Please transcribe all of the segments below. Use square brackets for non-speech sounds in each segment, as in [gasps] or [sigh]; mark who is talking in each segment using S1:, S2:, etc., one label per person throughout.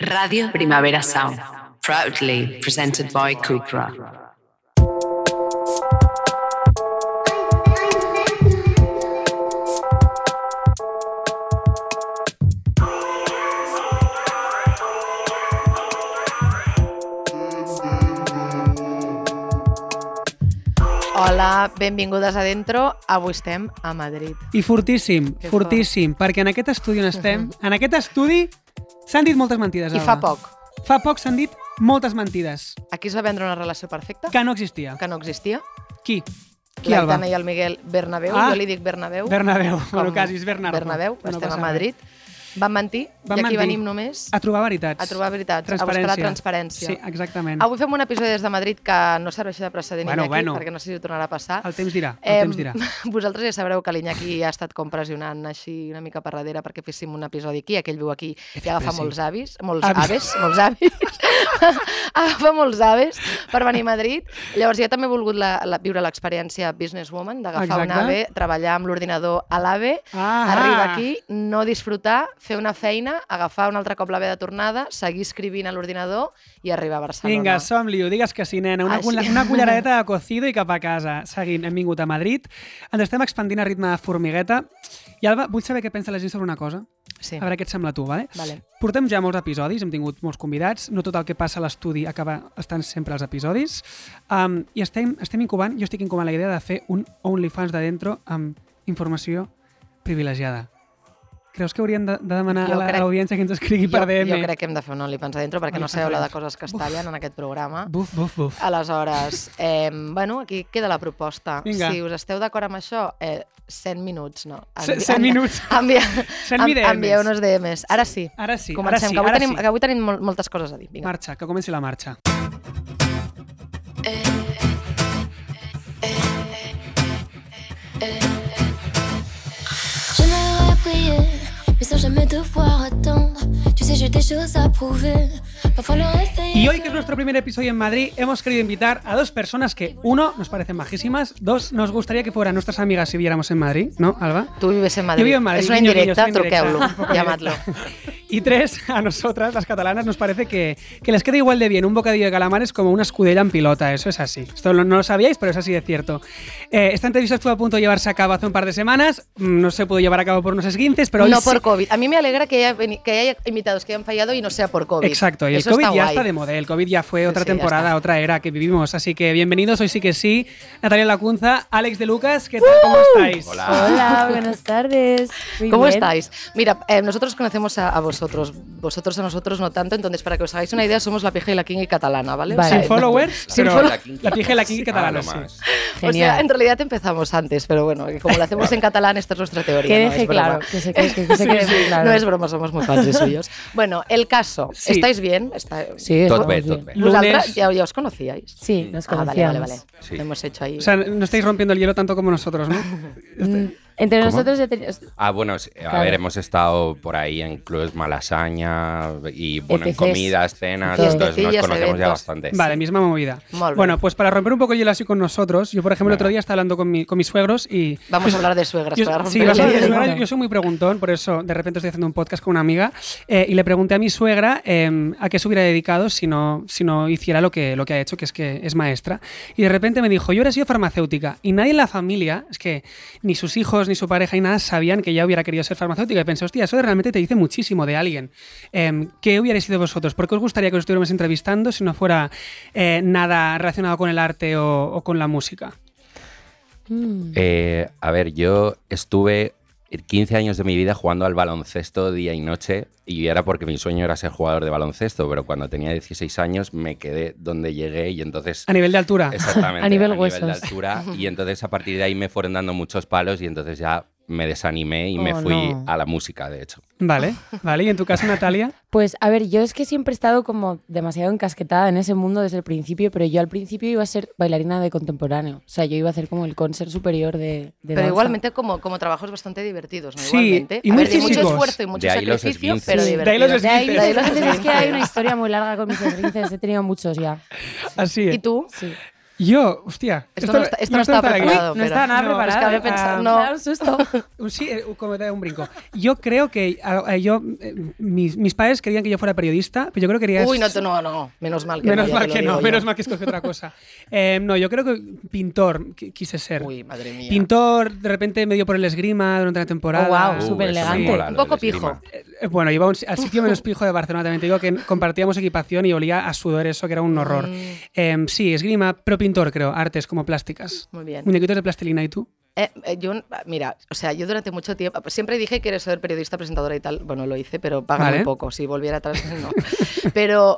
S1: Radio Primavera Sound, proudly presented by Cupra.
S2: Hola, benvingudes a Dentro. Avui estem a Madrid.
S3: I fortíssim,
S2: Que
S3: fortíssim, perquè en aquest estudi on estem, en aquest estudi s'han dit moltes mentides.
S2: Mhm. I
S3: Alba.
S2: fa poc.
S3: Fa poc s'han dit moltes mentides,
S2: Aquí es va vendre una relació perfecta, que,
S3: que no existia.
S2: no existia.
S3: Qui? Qui,
S2: La
S3: Alba?
S2: Itana i el Miguel Bernabéu,
S3: Ah,
S2: jo li dic Bernabéu.
S3: Bernabéu,
S2: com
S3: bueno, quasi, és Bernardo.
S2: Bernabéu,
S3: No
S2: estem
S3: passa
S2: a
S3: res.
S2: Madrid. Van mentir,
S3: Van
S2: i aquí
S3: mentir.
S2: venim només
S3: A trobar veritats.
S2: a trobar veritats, a buscar la transparència.
S3: Sí, exactament.
S2: Avui fem un episodi des de Madrid que no serveix de precedent
S3: Bueno,
S2: Iñaki,
S3: bueno.
S2: perquè no sé si ho tornarà a passar.
S3: El temps dirà, el
S2: Em, [laughs]
S3: temps dirà.
S2: Vosaltres ja sabreu que l'Iñaki ha estat com pressionant així una mica per darrere perquè féssim un episodi aquí, aquell viu aquí i agafa
S3: pressió.
S2: molts avis, molts
S3: Avi.
S2: aves, molts avis, [laughs] agafa molts aves per venir a Madrid. Llavors jo també he volgut la, la, viure l'experiència businesswoman, d'agafar un
S3: Exacte.
S2: ave, treballar amb l'ordinador a l'AVE,
S3: Ah.
S2: arribar aquí, no disfrutar, fer una feina, agafar un altre cop l'AVE de tornada, seguir escrivint a l'ordinador i arribar a Barcelona.
S3: Vinga, som-li-ho, digues que sí, nena. Una,
S2: Ah, sí.
S3: ah, sí. una
S2: [laughs]
S3: culleradeta de cocido i cap a casa. Seguim, hem vingut a Madrid, ens estem expandint a ritme de formigueta. I Alba, vull saber què pensa la gent sobre una cosa.
S2: Sí.
S3: A veure què et sembla a tu, vale?
S2: Vale.
S3: Portem ja molts episodis, hem tingut molts convidats, no tot el que passa a l'estudi acaba estant sempre als episodis, um, i estem, estem incubant, jo estic incubant la idea de fer un OnlyFans de dentro amb informació privilegiada. Creus que hauríem de, de demanar
S2: Jo
S3: a la-
S2: crec-
S3: a l'audiència que ens escrigui per DM?
S2: Jo crec que hem de fer un OnlyFans a dintre perquè no
S3: OnlyFans
S2: sabeu la de
S3: adentro.
S2: coses que es tallen en aquest programa.
S3: Buf, buf, buf.
S2: Ah, Aleshores, eh, bueno, aquí queda la proposta.
S3: Vinga.
S2: Si us esteu d'acord amb això, eh, 100 minuts, no?
S3: Cent- cent minuts.
S2: [laughs] Envia,
S3: Sent-me
S2: en-
S3: DMs.
S2: Envieu-nos DMs. Ara sí.
S3: Ara sí,
S2: Comencem, que
S3: ara sí,
S2: avui,
S3: ara
S2: tenim,
S3: sí.
S2: que avui tenim mol moltes coses a dir. Vinga.
S3: Marxa, que comenci la marxa.
S4: J'aimerais prier, mais sans jamais devoir attendre. Tu sais, j'ai des choses à prouver. Parfois le réveil.
S3: Y hoy, que es nuestro primer episodio en Madrid, hemos querido invitar a dos personas que, uno, nos parecen majísimas, dos, nos gustaría que fueran nuestras amigas si viéramos en Madrid, ¿no, Alba?
S2: Tu vives en Madrid.
S3: Yo vivo en Madrid.
S2: És una
S3: niños,
S2: indirecta,
S3: niños, soy indirecta. [laughs]
S2: truqueu-lo,
S3: Un poco
S2: llamadlo.
S3: indirecta. Y tres, a nosotras, las catalanas, nos parece que, que les queda igual de bien un bocadillo de calamares como una escudella en pilota. Eso es así. Esto lo- no lo sabíais, pero es así de cierto. Eh, esta entrevista estuvo a punto de llevarse a cabo hace un par de semanas. Mm, No se pudo llevar a cabo por unos esguinces, pero hoy
S2: No
S3: sí-
S2: por COVID. A mí me alegra que haya, veni- que haya invitados que hayan fallado y no sea por COVID.
S3: Exacto, y el
S2: Eso
S3: COVID
S2: está
S3: ya
S2: guai.
S3: está de moda, el COVID ya fue
S2: Sí,
S3: otra
S2: sí, ya
S3: temporada,
S2: está.
S3: otra era que vivimos, así que bienvenidos, hoy sí que sí, Natalia Lacunza, Alex de Lucas, ¿qué tal? ¿Cómo estáis?
S5: Hola, buenas tardes. Muy
S2: ¿Cómo
S5: bien.
S2: estáis? Mira, eh, nosotros conocemos a, a vosotros, vosotros a nosotros no tanto, entonces para que os hagáis una idea, somos la pija y la kinky catalana, ¿vale?
S5: Vale.
S3: Sin
S5: Ay,
S3: followers,
S2: Sin
S3: pero
S2: follow-
S3: la pija y la kinky catalana,
S6: Ah, lo
S3: sí.
S6: más.
S2: O sea,
S5: Genial.
S2: en realidad empezamos antes, pero bueno, que como lo hacemos en catalán, esta es nuestra teoría.
S5: Que
S2: no
S5: deje
S2: es broma.
S5: claro, que se, que,
S2: [laughs]
S5: que se quede muy claro.
S2: No es broma, somos muy fans de
S5: [laughs]
S2: suyos. Bueno, el caso,
S3: Sí.
S2: ¿estáis bien? Está...
S5: Sí,
S6: Tot
S5: estamos
S6: bé,
S5: bien.
S6: tot bé.
S2: ¿Vosotras
S3: Lunes.
S2: ya, ya os conocíais?
S5: Sí, nos
S2: Ah, vale,
S5: conocíamos.
S2: vale, vale.
S6: Sí.
S2: Lo hemos hecho ahí.
S3: O sea, no estáis rompiendo el hielo tanto como nosotros, ¿no?
S5: Mm, Entre
S6: ¿Cómo?
S5: nosotros ya teníamos...
S6: Ah, bueno, sí, a
S5: Claro.
S6: ver, hemos estado por ahí en clubs Malasaña y bueno, en
S5: ETCs.
S6: comidas, cenas,
S5: Todo.
S6: entonces nos
S2: Fiestillas,
S6: conocemos ya
S2: eventos.
S6: bastante.
S3: Vale, misma movida.
S2: Molt bé.
S3: Bueno, pues para romper un poco el hielo así con nosotros, yo por ejemplo el
S6: Venga.
S3: otro día estaba hablando con, mi- con mis suegros y...
S2: Vamos a hablar de suegras.
S3: Yo,
S2: para
S3: sí,
S2: romper
S3: vas a-
S2: el
S3: es
S2: hielo.
S3: verdad, yo soy muy preguntón, por eso de repente estoy haciendo un podcast con una amiga eh, y le pregunté a mi suegra eh, a qué se hubiera dedicado si no, si no hiciera lo que, lo que ha hecho, que es que es maestra. Y de repente me dijo, yo hubiera sido farmacéutica. Y nadie en la familia, es que ni sus hijos, ni su pareja, ni nada, sabían que ella hubiera querido ser farmacéutica. Y pensé, hostia, eso realmente te dice muchísimo de alguien. Eh, ¿Qué hubierais sido vosotros? ¿Por qué os gustaría que os estuviéramos entrevistando si no fuera eh, nada relacionado con el arte o, o con la música?
S5: Mm.
S6: Eh, a ver, yo estuve 15 años de mi vida jugando al baloncesto día y noche y era porque mi sueño era ser jugador de baloncesto, pero cuando tenía 16 años me quedé donde llegué y entonces...
S3: A nivel de altura.
S6: [laughs] Exactamente.
S5: A nivel
S6: de
S5: huesos.
S6: altura.
S5: [laughs]
S6: Y entonces a partir de ahí me fueron dando muchos palos y entonces ya me desanimé y me
S5: Oh,
S6: fui
S5: no.
S6: a la música, de hecho.
S3: Vale, vale. ¿Y en tu caso, Natalia?
S5: Pues a ver, yo es que siempre he estado como demasiado encasquetada en ese mundo desde el principio, pero yo al principio iba a ser bailarina de contemporáneo. O sea, yo iba a hacer como el concert superior de, de
S2: Pero
S5: danza.
S2: igualmente como, como trabajos bastante divertidos, ¿no?
S3: Sí,
S2: Igualmente.
S3: y
S2: A
S3: muy
S2: ver, de mucho
S3: físicos.
S2: esfuerzo y mucho
S6: De ahí los
S2: sacrificio,
S6: esguinces.
S2: pero
S5: Sí,
S3: de ahí los
S2: divertidos.
S5: De ahí,
S3: De
S2: [laughs]
S3: ahí
S5: los esguinces, es que hay
S2: esguinces.
S5: una historia muy larga con mis esguinces, he tenido muchos ya.
S3: Así es.
S2: ¿Y tú?
S5: Sí.
S3: Yo, hostia.
S2: Esto no está- esto no estaba
S3: estaba aquí.
S2: preparado.
S5: No estaba nada
S3: No,
S5: preparado.
S2: es que habré
S5: Ah,
S2: pensado- [laughs]
S5: me
S2: no.
S5: da
S2: [laughs]
S5: un susto.
S3: Un Sí, eh, un- como da un brinco. Yo creo que a- a- yo, eh, mis, mis padres querían que yo fuera periodista, pero yo creo que quería
S2: Uy, no, te- no, no. Menos mal que
S3: menos
S2: no. ya
S3: mal
S2: te lo
S3: que
S2: digo
S3: no,
S2: yo.
S3: menos mal que escogí
S2: [laughs]
S3: otra cosa. Eh, no, yo creo que pintor qui- quise ser.
S2: Uy, madre mía.
S3: Pintor, de repente me dio por el esgrima durante la temporada.
S5: Oh, wow.
S6: Uh,
S5: Súper
S6: eso me
S5: elegante.
S6: mola,
S2: Un
S6: lo del
S2: poco
S6: esgrima.
S2: pijo.
S3: Eh, Bueno, iba a un si- al sitio menos pijo de Barcelona, también te digo que compartíamos equipación y olía a sudor eso, que era un horror.
S2: Mm.
S3: Em, sí, esgrima, pero pintor, creo, artes como plásticas.
S2: Muy bien.
S3: Muñequitos de plastilina y tú.
S2: Eh, eh, yo, mira, o sea, yo durante mucho tiempo, ah, pues siempre dije que era ser periodista, presentadora y tal, bueno, lo hice, pero paga
S3: Vale.
S2: muy poco, si volviera atrás, [laughs] no. Pero,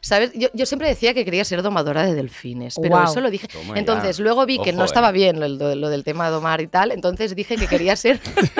S2: ¿sabes? Yo, yo siempre decía que quería ser domadora de delfines, pero
S5: Guau.
S2: eso lo dije.
S6: Toma ya.
S2: entonces, luego vi que
S6: Ojo,
S2: no estaba
S6: eh.
S2: bien lo, lo- lo del tema domar y tal, entonces dije que quería ser... en
S3: [laughs]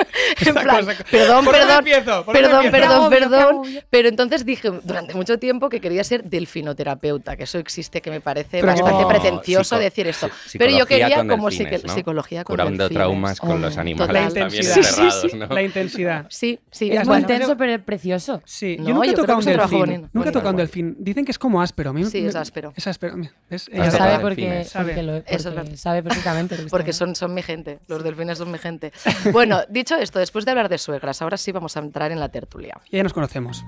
S3: Esta
S2: plan,
S3: cosa-
S2: perdón,
S3: ¿Por dónde
S2: perdón,
S3: empiezo? ¿Por dónde
S2: perdón, perdón,
S3: empiezo?
S5: Qué agobio, qué
S2: perdón,
S5: agobio.
S2: pero entonces dije durante mucho tiempo que quería ser delfinoterapeuta, que eso existe, que me parece
S3: Pero que-
S2: bastante
S5: Oh,
S3: No,
S2: pretencioso
S6: psico-
S2: decir esto.
S6: psi-
S2: Pero yo
S6: psicología
S2: quería
S6: con
S2: como
S6: delfines,
S2: psique-
S6: ¿no?
S2: psicología con
S6: Curando
S2: delfines.
S6: traumas con los
S2: Oh,
S6: animales
S2: total.
S6: también
S3: intensidad.
S6: encerrados,
S5: Sí, sí, sí.
S6: ¿no?
S3: La intensidad.
S2: Sí, sí.
S3: Es
S5: Es muy
S3: bueno.
S5: intenso, pero precioso.
S3: Sí,
S2: No,
S3: yo nunca he
S2: yo creo
S3: tocado
S2: que
S3: un
S2: es un trabajo
S3: delfín.
S2: bonito.
S3: Nunca he
S2: Bonito.
S3: tocado un delfín. Dicen que es como áspero. A mí me-
S2: Sí, es
S3: me-
S2: áspero.
S3: Es áspero. Mira, ¿ves?
S6: Ya
S5: Lo
S3: Ella
S6: está.
S5: sabe
S3: sabe.
S6: por-
S5: porque,
S6: Delfines.
S5: porque lo-
S2: Eso es
S5: porque
S2: verdad.
S5: sabe perfectamente. lo que está
S2: Porque
S5: hablando.
S2: son, son mi gente, los delfines son mi gente.
S6: [laughs]
S2: Bueno, dicho esto, después de hablar de suegras, ahora sí vamos a entrar en la tertulia.
S3: Y ya nos conocemos.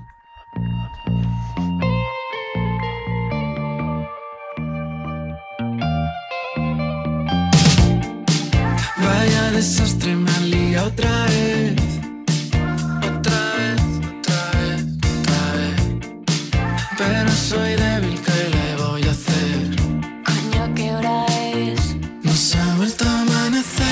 S7: Vaya desastre, me han liado otra vez. Otra vez, otra vez, otra vez. Pero soy débil, ¿qué le voy a hacer?
S4: Coño, ¿qué hora es?
S7: No se ha vuelto a amanecer.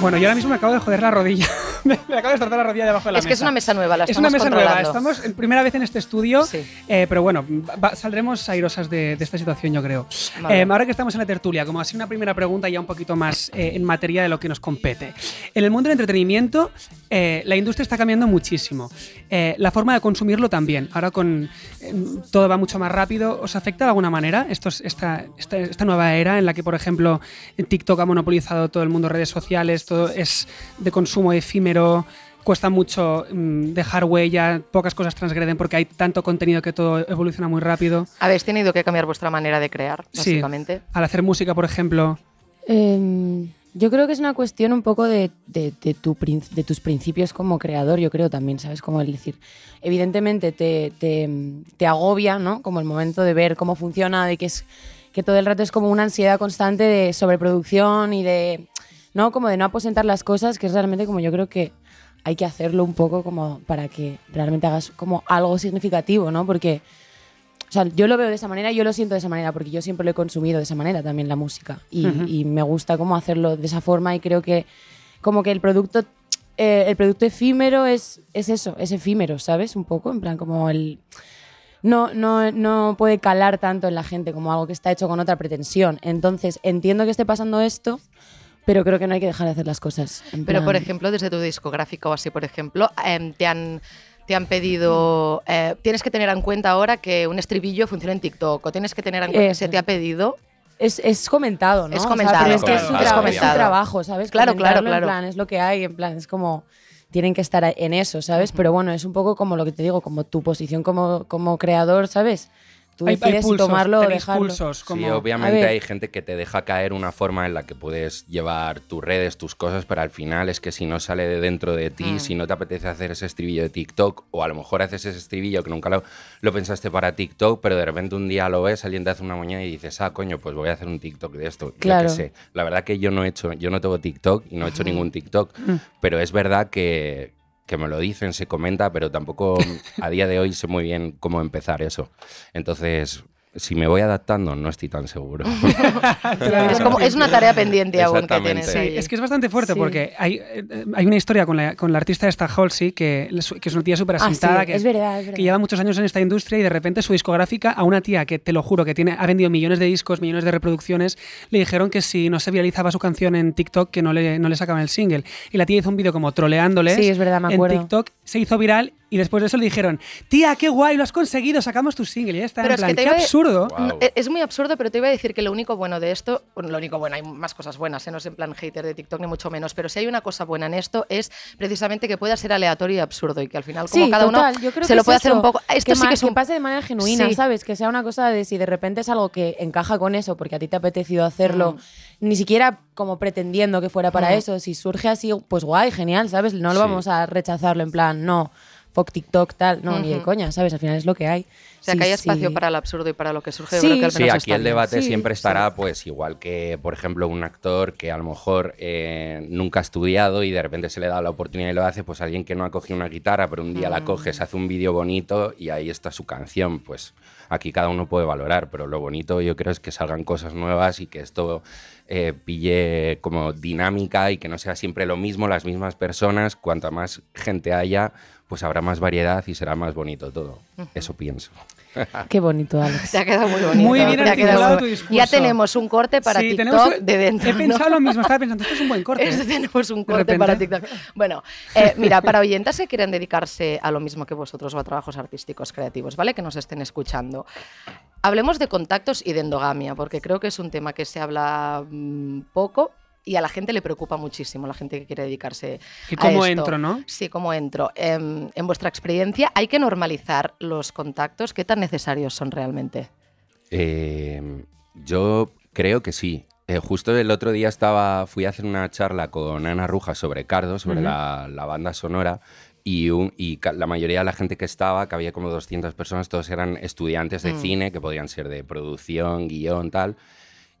S3: Bueno, yo ahora mismo me acabo de joder la rodilla. [laughs] me me acabo de estar la rodilla debajo de la
S2: es que es una mesa nueva, la
S3: Es una
S2: estamos
S3: mesa nueva,
S2: controlando.
S3: estamos en primera vez en este estudio,
S2: Sí.
S3: eh, pero bueno, va- saldremos airosas de, de esta situación, yo creo.
S2: Vale.
S3: Eh, ahora que estamos en la tertulia, como así una primera pregunta ya un poquito más eh, en materia de lo que nos compete. En el mundo del entretenimiento, eh, la industria está cambiando muchísimo. Eh, la forma de consumirlo también. Ahora con eh, todo va mucho más rápido. ¿Os afecta de alguna manera estos- esta, esta, esta nueva era en la que, por ejemplo, TikTok ha monopolizado todo el mundo, redes sociales, todo es de consumo efímero? cuesta mucho mm, dejar huella, pocas cosas transgreden porque hay tanto contenido que todo evoluciona muy rápido.
S2: Habéis tenido que cambiar vuestra manera de crear,
S3: Sí.
S2: básicamente.
S3: Al hacer música, por ejemplo.
S5: Eh, yo creo que es una cuestión un poco de, de- de tu prin- de tus principios como creador, yo creo también, ¿sabes? Como el decir, evidentemente te, te, te agobia, ¿no? Como el momento de ver cómo funciona, de que, es, que todo el rato es como una ansiedad constante de sobreproducción y de, ¿no? Como de no aposentar las cosas, que es realmente como yo creo que hay que hacerlo un poco como para que realmente hagas como algo significativo, ¿no? Porque... O sea, yo lo veo de esa manera, yo lo siento de esa manera, porque yo siempre lo he consumido de esa manera también la música. Y, y me gusta cómo hacerlo de esa forma y creo que como que el producto, eh, el producto efímero es, es eso, es efímero, ¿sabes? Un poco, en plan como el... No, no, no puede calar tanto en la gente como algo que está hecho con otra pretensión. Entonces, entiendo que esté pasando esto, pero creo que no hay que dejar de hacer las cosas. en
S2: Pero, por
S5: plan-
S2: ejemplo, desde tu discográfica o así, por ejemplo, em, te han... Te han pedido, eh, tienes que tener en cuenta ahora que un estribillo funciona en TikTok, o tienes que tener en cuenta,
S5: Eso.
S2: se te ha pedido,
S5: Es, es comentado, ¿no?
S2: Es
S5: O sea,
S2: comentado,
S5: pero es que es su,
S6: Comentado,
S5: tra- es su
S6: comentado.
S5: trabajo, ¿sabes?
S2: Claro, claro,
S5: Comentarlo,
S2: claro.
S5: En plan, es lo que hay, en plan, es como tienen que estar a- en eso, ¿sabes? Pero bueno, es un poco como lo que te digo, como tu posición como, como creador, ¿sabes? Tú
S3: Hay- hay
S5: decides si
S3: pulsos,
S5: tomarlo o
S3: tenéis
S5: dejarlo.
S3: pulsos, como-
S6: Sí, obviamente
S5: ver.
S6: hay gente que te deja caer una forma en la que puedes llevar tus redes, tus cosas, pero al final es que si no sale de dentro de
S5: Hmm.
S6: ti, si no te apetece hacer ese estribillo de TikTok, o a lo mejor haces ese estribillo que nunca lo, lo pensaste para TikTok, pero de repente un día lo ves, alguien te hace una moña y dices, ah, coño, pues voy a hacer un TikTok de esto. Yo qué
S5: Claro.
S6: sé. La verdad que yo no he hecho, yo no tengo TikTok y no he hecho ningún TikTok,
S5: Hmm.
S6: pero es verdad que que me lo dicen, se comenta,
S5: [laughs]
S6: pero tampoco a día de hoy sé muy bien cómo empezar eso. Entonces, si me voy adaptando, no estoy tan seguro.
S2: es, como, es una tarea pendiente aún que
S6: Exactamente.
S2: tienes
S6: Sí,
S2: ahí.
S3: Es que es bastante fuerte
S5: Sí.
S3: porque hay, eh, hay una historia con la, con la artista esta Halsey, que, le su- que es una tía súper
S5: Ah, sí,
S3: asentada, que,
S5: es verdad, es verdad.
S3: que lleva muchos años en esta industria y de repente su discográfica a una tía que, te lo juro, que tiene, ha vendido millones de discos, millones de reproducciones, le dijeron que si no se viralizaba su canción en TikTok, que no le, no le sacaban el single. Y la tía hizo un vídeo como troleándoles
S5: Sí, es verdad, me
S3: en
S5: acuerdo.
S3: TikTok, se hizo viral Y después de eso le dijeron, tía, qué guay, lo has conseguido, sacamos tu single. Y ella está
S2: Pero
S3: en
S2: es
S3: plan,
S2: que te
S3: qué
S2: iba a-
S3: absurdo.
S6: Guau.
S2: No, e- Es muy absurdo, pero te iba a decir que lo único bueno de esto, bueno, lo único bueno, hay más cosas buenas, ¿eh? no es en plan hater de TikTok ni mucho menos, pero si hay una cosa buena en esto es precisamente que pueda ser aleatorio y absurdo y que al final Pues como
S5: Sí,
S2: cada
S5: total,
S2: uno
S5: yo creo
S2: se
S5: que
S2: lo
S5: es
S2: puede hacer
S5: eso,
S2: un poco. Ah, Esto sí
S5: ma-
S2: que es un
S5: pase de manera genuina,
S2: Sí.
S5: ¿sabes? Que sea una cosa de si de repente es algo que encaja con eso, porque a ti te ha apetecido hacerlo, ni siquiera como pretendiendo que fuera para
S2: Mm.
S5: eso. Si surge así, pues guay, genial, ¿sabes? No lo
S6: Sí.
S5: vamos a rechazarlo en plan, no, fuck TikTok, tal, no, ni de
S2: Ujú.
S5: coña, ¿sabes? Al final es lo que hay.
S2: O sea, que
S5: Sí,
S2: hay espacio
S5: sí.
S2: para el absurdo y para lo que surge.
S5: Sí.
S2: yo creo que al
S6: Sí,
S2: menos
S6: aquí
S2: está
S6: el
S2: bien.
S6: debate
S5: Sí,
S6: siempre
S5: sí.
S6: estará, pues igual que, por ejemplo, un actor que a lo mejor eh, nunca ha estudiado y de repente se le da la oportunidad y lo hace, pues alguien que no ha cogido una guitarra, pero un día
S5: Mm.
S6: la coge, se hace un vídeo bonito y ahí está su canción. Pues aquí cada uno puede valorar, pero lo bonito yo creo es que salgan cosas nuevas y que esto eh, pille como dinámica y que no sea siempre lo mismo, las mismas personas. Cuanta más gente haya, pues habrá más variedad y será más bonito todo. Eso pienso.
S5: Qué bonito, Alex.
S2: Te ha quedado muy bonito.
S3: Muy bien
S2: te ha quedado
S3: articulado
S2: muy-
S3: tu discurso.
S2: Ya tenemos un corte para
S3: Sí, tenemos-
S2: TikTok de dentro.
S3: [laughs] He
S2: ¿no?
S3: pensado lo mismo, estaba pensando, esto es un buen corte.
S2: Eso tenemos un corte
S3: repente.
S2: para TikTok. Bueno, eh, mira, para oyentas que quieran dedicarse a lo mismo que vosotros o a trabajos artísticos creativos, ¿vale? Que nos estén escuchando. Hablemos de contactos y de endogamia, porque creo que es un tema que se habla mm, poco y a la gente le preocupa muchísimo, la gente que quiere dedicarse
S3: ¿Y
S2: a
S3: cómo
S2: esto.
S3: entro, no?
S2: Sí, cómo entro. Em, en vuestra experiencia, ¿hay que normalizar los contactos? ¿Qué tan necesarios son realmente?
S6: Eh, yo creo que sí. Eh, justo el otro día estaba, fui a hacer una charla con Ana Ruja sobre Cardo, sobre la, la banda sonora, y, un- y ca- la mayoría de la gente que estaba, que había como 200 personas, todos eran estudiantes de cine, que podían ser de producción, guión, tal.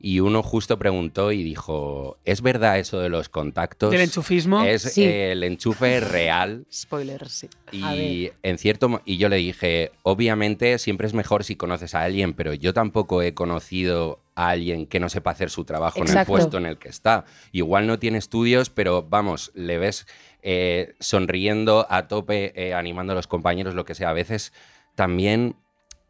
S6: Y uno justo preguntó y dijo, ¿es verdad eso de los contactos?
S3: Del enchufismo.
S6: ¿Es
S5: Sí.
S6: eh, el enchufe real?
S2: Spoiler, sí. A
S6: Y en cierto mo- y yo le dije, obviamente siempre es mejor si conoces a alguien, pero yo tampoco he conocido a alguien que no sepa hacer su trabajo en el
S5: Exacto.
S6: puesto en el que está. Igual no tiene estudios, pero vamos, le ves eh, sonriendo a tope, eh, animando a los compañeros, lo que sea. A veces también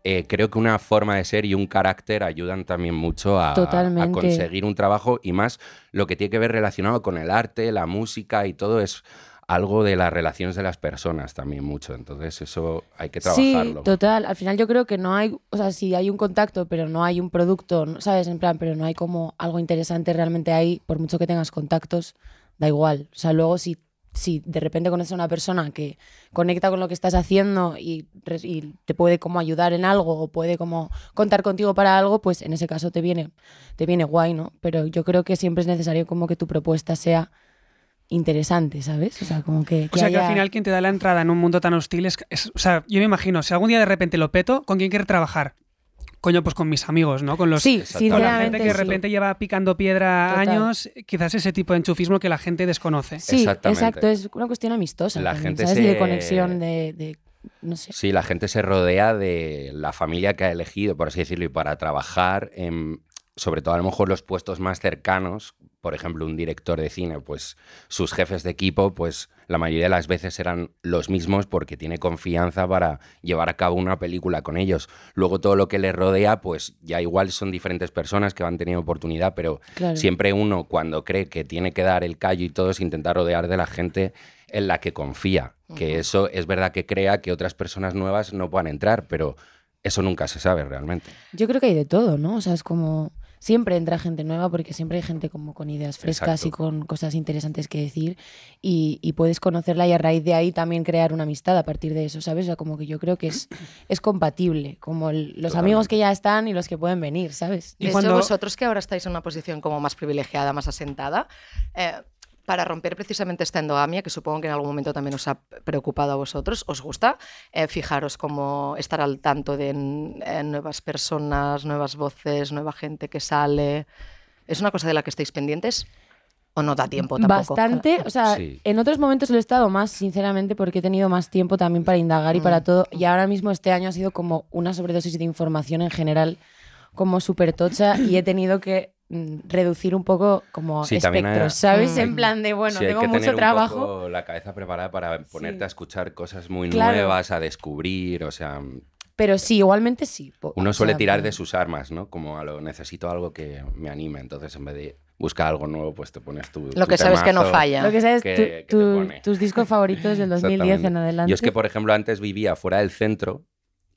S6: eh, creo que una forma de ser y un carácter ayudan también mucho a, a
S5: Totalmente.
S6: conseguir un trabajo y más lo que tiene que ver relacionado con el arte, la música y todo es algo de las relaciones de las personas también mucho. Entonces eso hay que trabajarlo.
S5: Sí, total. Al final yo creo que no hay, o sea, si hay un contacto, pero no hay un producto, ¿no? ¿sabes? En plan, pero no hay como algo interesante realmente ahí, por mucho que tengas contactos, da igual. O sea, luego si, si de repente conoces a una persona que conecta con lo que estás haciendo y, re- y te puede como ayudar en algo o puede como contar contigo para algo, pues en ese caso te viene, te viene guay, ¿no? Pero yo creo que siempre es necesario como que tu propuesta sea interesante, ¿sabes? O sea, como que...
S3: O sea que al
S5: haya-
S3: final quien te da la entrada en un mundo tan hostil es, es- o sea, yo me imagino, si algún día de repente lo peto, ¿con quién quiere trabajar? Coño, pues con mis amigos, ¿no? Con los
S5: Sí,
S6: Exacto. Con
S3: con
S5: sinceramente.
S3: la gente que de
S5: sí.
S3: repente lleva picando piedra
S5: Total.
S3: años, quizás ese tipo de enchufismo que la gente desconoce.
S5: Sí,
S6: Exactamente.
S5: exacto, es una cuestión amistosa.
S6: La
S5: también,
S6: gente
S5: ¿sabes? Y
S6: se-
S5: de conexión, de, de- No sé.
S6: Sí, la gente se rodea de la familia que ha elegido, por así decirlo, y para trabajar en, sobre todo a lo mejor los puestos más cercanos, por ejemplo, un director de cine, pues sus jefes de equipo, pues la mayoría de las veces eran los mismos porque tiene confianza para llevar a cabo una película con ellos. Luego todo lo que les rodea, pues ya igual son diferentes personas que han tenido oportunidad, pero
S5: Claro.
S6: siempre uno cuando cree que tiene que dar el callo y todo es intentar rodear de la gente en la que confía. Que eso es verdad que crea que otras personas nuevas no puedan entrar, pero eso nunca se sabe realmente.
S5: Yo creo que hay de todo, ¿no? O sea, es como. Siempre entra gente nueva porque siempre hay gente como con ideas frescas
S6: Exacto.
S5: y con cosas interesantes que decir y, y puedes conocerla y a raíz de ahí también crear una amistad a partir de eso, ¿sabes? O sea, como que yo creo que es, es compatible, como el- los amigos que ya están y los que pueden venir, ¿sabes?
S3: Y
S2: De hecho,
S3: cuando-
S2: vosotros que ahora estáis en una posición como más privilegiada, más asentada, eh, para romper precisamente esta endogamia, que supongo que en algún momento también os ha preocupado a vosotros, ¿os gusta eh, fijaros como estar al tanto de n- eh, nuevas personas, nuevas voces, nueva gente que sale? ¿Es una cosa de la que estáis pendientes? ¿O no da tiempo tampoco?
S5: Bastante, o sea,
S6: Sí.
S5: en otros momentos lo he estado más, sinceramente, porque he tenido más tiempo también para indagar y
S2: Mm.
S5: para todo. Y ahora mismo este año ha sido como una sobredosis de información en general, como súper tocha, y he tenido que mm, reducir un poco como
S6: Sí, también hay-
S5: espectros, ¿sabes?
S2: Mm.
S5: En plan de, bueno,
S6: Sí, hay
S5: tengo
S6: que
S5: mucho
S6: tener un
S5: trabajo.
S6: poco la cabeza preparada para ponerte a escuchar cosas muy
S5: Claro.
S6: nuevas, a descubrir, o sea,
S5: Pero sí, igualmente sí. po-
S6: uno
S5: o
S6: suele
S5: sea,
S6: tirar
S5: pero-
S6: de sus armas, ¿no? Como a lo necesito algo que me anime, entonces en vez de busca algo nuevo, pues te pones tú.
S2: Lo que sabes que no falla.
S5: Lo que sabes,
S6: que-
S5: tu-
S6: que te
S5: tu-
S6: pone.
S5: tus discos favoritos
S6: [laughs]
S5: del 2010 en adelante.
S6: Yo es que, por ejemplo, antes vivía fuera del centro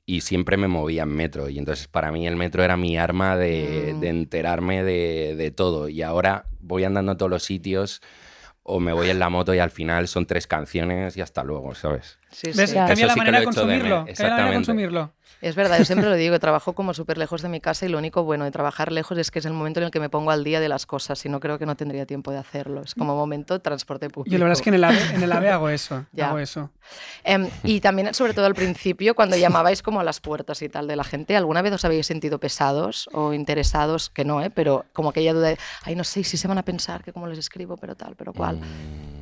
S6: y siempre me movía en metro. Y entonces para mí el metro era mi arma de,
S2: Mm.
S6: de enterarme de, de todo. Y ahora voy andando a todos los sitios o me voy en la moto y al final son tres canciones y hasta luego, ¿sabes?
S2: Sí,
S3: ¿Ves?
S2: sí.
S5: Claro.
S3: Cambia
S6: Eso
S3: la
S6: sí que
S3: manera de
S6: lo echo de menos,
S3: consumirlo. Cambia la manera de
S6: exactamente.
S3: consumirlo.
S2: Es verdad, yo
S3: [laughs]
S2: siempre lo digo, que trabajo como súper lejos de mi casa y lo único bueno de trabajar lejos es que es el momento en el que me pongo al día de las cosas, si no creo que no tendría tiempo de hacerlo. Es como momento transporte público.
S3: Yo la verdad es que en el AVE, en el AVE hago eso.
S2: Ya.
S3: Hago eso.
S2: Em, y también, sobre todo al principio, cuando llamabais como a las puertas y tal de la gente, ¿alguna vez os habéis sentido pesados o interesados? Que no, ¿eh? Pero como aquella duda de, ay, no sé si se van a pensar que cómo les escribo, pero tal, pero cual.
S6: Mm,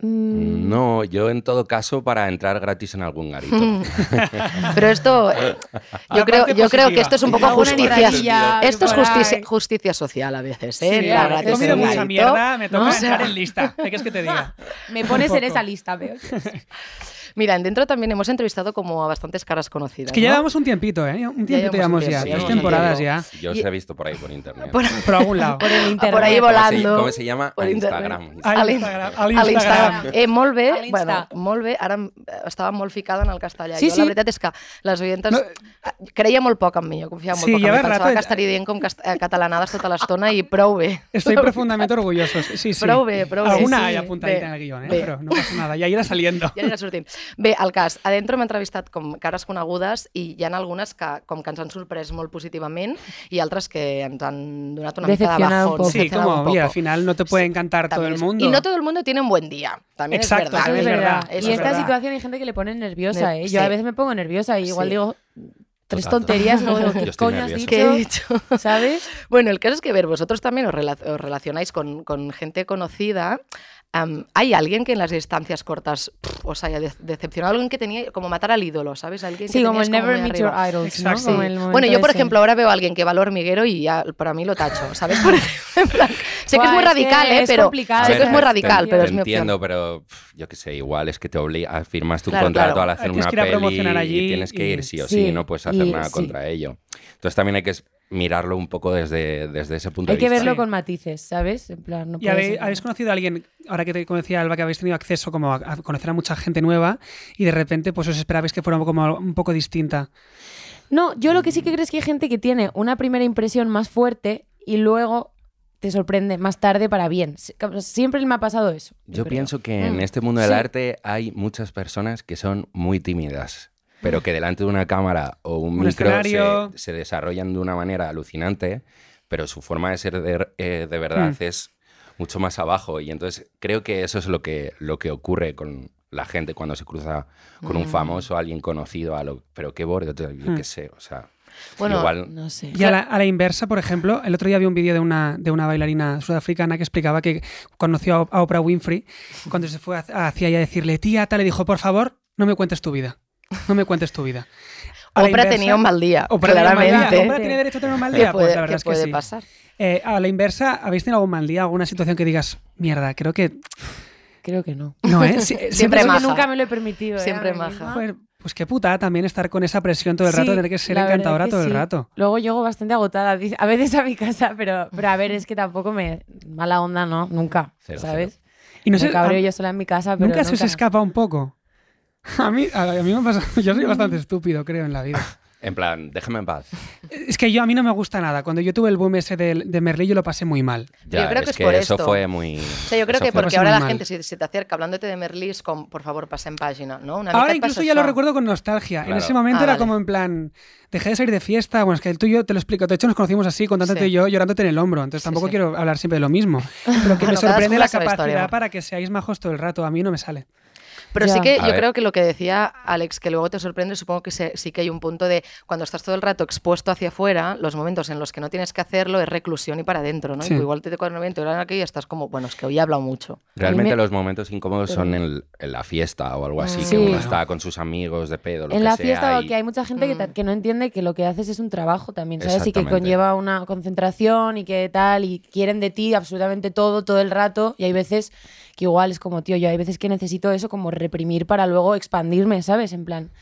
S5: Mm,
S6: No, yo en todo caso para entrar gratis en algún garito.
S2: [laughs] Pero esto, eh, yo,
S3: La
S2: creo,
S3: parte
S5: positiva.
S2: yo creo que esto es un poco
S5: Alguna
S2: justicia.
S5: entradilla
S2: Esto es
S5: por
S2: justicia,
S5: ahí.
S2: justicia social a veces,
S5: Sí,
S2: ¿eh?
S5: la
S2: La
S5: verdad.
S3: He
S2: gratis
S3: comido
S2: en
S3: mucha
S2: el
S3: mierda, me
S2: garito,
S3: toca
S2: ¿no? O sea,
S3: entrar en lista. ¿Qué quieres que te diga?
S5: Me pones en
S3: poco.
S5: esa lista,
S6: [laughs]
S5: veo.
S2: Mira, en dentro también hemos entrevistado como a bastantes caras conocidas.
S3: Es que
S2: ¿no?
S3: ya llevamos un tiempito, ¿eh? Un tiempito
S2: llevamos
S3: llevamos
S2: un
S3: ya.
S2: tiempo,
S3: Dos
S2: llevamos un
S3: temporadas
S2: tiempo.
S3: ya.
S6: Yo os
S2: Y-
S6: he visto por ahí por internet.
S2: Por,
S3: Por algún lado.
S5: Por el
S6: Ah,
S5: internet.
S2: por ahí
S6: ¿Cómo se-
S2: volando.
S6: ¿Cómo se llama?
S2: Por
S6: A
S2: internet.
S6: Instagram.
S3: Al
S2: Al-
S3: Instagram. Al
S2: a
S3: Instagram.
S2: l'Instagram. Eh, molt bé,
S5: A l'Insta.
S2: bueno, molt bé, ara em- eh, estava molt ficada en el castellà.
S5: Sí,
S2: jo,
S5: sí.
S2: La veritat és que les oientes...
S3: No.
S2: No. Creia molt poc en mi, jo confiava molt
S3: Sí,
S2: poc
S3: ja
S2: en mi.
S3: ve
S2: Pensava
S3: rato-
S2: que estaria dient com cast- eh, catalanades tota l'estona i prou bé.
S3: Estoy profundamente orgulloso. Sí, sí.
S2: Prou bé, prou bé,
S3: Alguna
S2: sí.
S3: hay apuntadita
S2: Bé,
S3: en el guión, ¿eh?
S2: bé.
S3: Pero no pasa nada. Ya irá saliendo.
S2: Ja anirà sortint. Bé, el cas, a Dentro m'he entrevistat com cares conegudes i hi ha algunes que com que ens han sorprès molt positivament i altres que ens han donat una mica de
S5: Decepcionado un
S2: bajón.
S5: poco.
S3: Sí,
S2: decepcionado
S3: como,
S2: Pues un poco.
S3: mira, al final no te puede encantar todo
S2: También
S3: el
S2: es-
S3: mundo.
S2: Y no todo el mundo tiene un buen día. También
S3: Exacto,
S2: es
S5: Eso
S2: verdad.
S5: es
S3: es
S5: verdad.
S3: verdad, eso
S5: y
S3: es
S5: esta
S3: verdad.
S5: situación hay gente que le pone nerviosa,
S2: Ne-
S5: ¿eh? Yo
S2: sí.
S5: a veces me pongo nerviosa y igual
S2: Sí.
S5: digo tres
S6: Total,
S5: tonterías, luego
S6: [laughs]
S5: digo,
S6: Yo
S5: ¿qué
S6: estoy
S5: coño has
S6: nervioso.
S2: ¿Qué he [laughs]
S5: dicho?
S2: dicho?
S5: ¿Sabes?
S2: Bueno, el caso es que, a ver, vosotros también os, rela- os relacionáis con, con gente conocida. Am, ¿Hay alguien que en las distancias cortas pff, os haya de- decepcionado? Alguien que tenía como matar al ídolo, ¿sabes? Alguien que
S5: Sí, como
S2: tenías
S5: el Never
S2: muy
S5: Meet
S2: arriba.
S5: Your Idols, ¿no?
S3: Exacto.
S5: Como
S2: Sí.
S5: el
S2: Bueno,
S5: momento
S2: yo, por
S5: ese.
S2: ejemplo, ahora veo a alguien que va al hormiguero y ya para mí lo tacho, ¿sabes? [laughs] Por ejemplo, en plan, sé que es
S5: Buah,
S2: muy
S5: es que
S2: radical, ¿eh?
S5: es
S2: Pero sé
S5: complicado. A
S2: que
S5: ver,
S2: es muy
S5: te-
S2: radical,
S6: te-
S2: pero
S6: te
S2: es mi opción.
S6: entiendo, pero pff, yo qué sé, igual es que te obliga, firmas tu
S2: Claro,
S6: contrato
S2: claro.
S6: al hacer
S3: Tienes
S6: una
S3: que ir a
S6: peli
S3: promocionar allí
S6: y tienes que
S3: y-
S6: ir sí o
S5: Sí,
S6: sí, no puedes hacer
S5: y-
S6: nada
S5: sí.
S6: contra ello. Entonces también hay que es- mirarlo un poco desde, desde ese punto
S5: Hay
S6: de
S5: que
S6: vista.
S5: verlo
S3: Sí.
S5: con matices, ¿sabes? En plan, no
S3: ¿Y
S5: puedes-
S3: habéis, habéis conocido a alguien, ahora que te como decía Alba, que habéis tenido acceso como a, a conocer a mucha gente nueva y de repente pues os esperabais que fuera como un poco distinta?
S5: No, yo lo que sí que creo es que hay gente que tiene una primera impresión más fuerte y luego te sorprende más tarde para bien. Sie- como- Siempre me ha pasado eso.
S6: Yo
S5: creo.
S6: pienso que en
S5: Mm,
S6: este mundo del
S5: sí.
S6: arte hay muchas personas que son muy tímidas, pero que delante de una cámara o un,
S3: Un
S6: micro se,
S3: escenario.
S6: se desarrollan de una manera alucinante, pero su forma de ser de, eh, de verdad
S3: Mm.
S6: es mucho más abajo. Y entonces creo que eso es lo que, lo que ocurre con la gente cuando se cruza con
S2: Mm.
S6: un famoso, alguien conocido, a lo, pero qué borde, yo
S3: Mm.
S6: qué sé, o sea,
S2: Bueno,
S6: igual...
S5: No sé.
S3: Y a la, a la inversa, por ejemplo, el otro día vi un vídeo de una, de una bailarina sudafricana que explicaba que conoció a, a Oprah Winfrey cuando se fue hacia hacia ella a decirle, tía, tal, le dijo, por favor, no me cuentes tu vida. No me cuentes tu vida. A la
S2: Oprah
S3: inversa-
S2: tenía un mal día,
S3: Oprah tenía un mal día.
S2: claramente.
S3: ¿Oprah tiene derecho a tener un mal
S2: ¿Qué
S3: día?
S2: puede,
S3: Pues la verdad
S2: qué
S3: es que
S2: puede
S3: sí.
S2: pasar?
S3: Eh, a la inversa, ¿habéis tenido algún mal día, alguna situación que digas, mierda, creo que...
S5: Creo que no.
S3: No, ¿eh? Sí,
S2: Siempre
S5: Creo que
S2: maja.
S5: nunca me lo he permitido. ¿eh?
S2: Siempre
S5: A mí
S2: maja.
S5: misma.
S3: Joder, pues qué putada también estar con esa presión todo el rato,
S5: Sí,
S3: tener que ser
S5: la verdad
S3: encantadora
S5: que
S3: todo el
S5: sí.
S3: rato.
S5: Luego llego bastante agotada, dice- a veces a mi casa, pero, pero a ver, es que tampoco me... Mala onda, ¿no? Nunca,
S6: Cero,
S5: ¿sabes?
S3: Y no
S5: me
S3: sé,
S5: cabreo
S3: a-
S5: yo sola en mi
S2: Ah,
S5: casa, pero
S3: nunca,
S5: nunca...
S3: se os escapa un poco. A mí, a, a mí me pasa, [laughs] yo soy bastante
S2: Mm.
S3: estúpido, creo, en la vida.
S6: En plan, déjame en paz.
S3: Es que yo a mí no me gusta nada. Cuando yo tuve el boom ese de, de Merlí, yo lo pasé muy mal.
S6: Ya,
S2: creo
S6: es
S2: que es
S6: que
S2: por
S6: eso
S2: esto.
S6: fue muy...
S2: O sea, yo creo
S6: eso
S2: que
S3: pasa
S6: fue-
S2: porque ahora la
S3: muy mal.
S2: gente, si se te acerca hablándote de Merlí, es con, por favor, pasa en página, ¿no? Una mica
S3: Ahora
S2: et
S3: incluso
S2: passa
S3: ya lo
S2: això.
S3: recuerdo con nostalgia. En
S6: Claro.
S3: ese momento
S2: Ah,
S3: era
S2: vale.
S3: como en plan, dejé de salir de fiesta. Bueno, es que tú y yo te lo explico. De hecho, nos conocimos así, contándote
S2: Sí.
S3: yo llorándote en el hombro. Entonces tampoco
S2: sí.
S3: quiero hablar siempre de lo mismo. Pero
S2: [laughs]
S3: que me
S2: Bueno, cada
S3: sorprende
S2: una
S3: la
S2: sabe
S3: capacidad
S2: historia, va.
S3: para que seáis majos todo el rato. A mí no me sale.
S2: Pero
S5: Ya.
S2: sí que
S6: A
S2: yo
S6: ver.
S2: creo que lo que decía Alex, que luego te sorprende, supongo que se- sí que hay un punto de cuando estás todo el rato expuesto hacia afuera, los momentos en los que no tienes que hacerlo es reclusión y para adentro, ¿no?
S3: Sí.
S2: Y tú igual te te cuadro y ahora aquí y estás como, bueno, es que hoy he hablado mucho.
S6: Realmente
S5: me-
S6: los momentos incómodos son en, en la fiesta o algo así,
S5: Sí.
S6: que uno
S3: Claro.
S6: está con sus amigos de pedo, lo
S5: En
S6: que
S5: la
S6: sea,
S5: fiesta
S6: y-
S5: que hay mucha gente que, ta-
S2: Mm.
S5: que no entiende que lo que haces es un trabajo también, ¿sabes? Y que
S6: Exactamente.
S5: conlleva una concentración y que tal, y quieren de ti absolutamente todo, todo el rato. Y hay veces que igual es como, tío, yo hay veces que necesito eso como reprimir para luego expandirme, ¿sabes? En plan,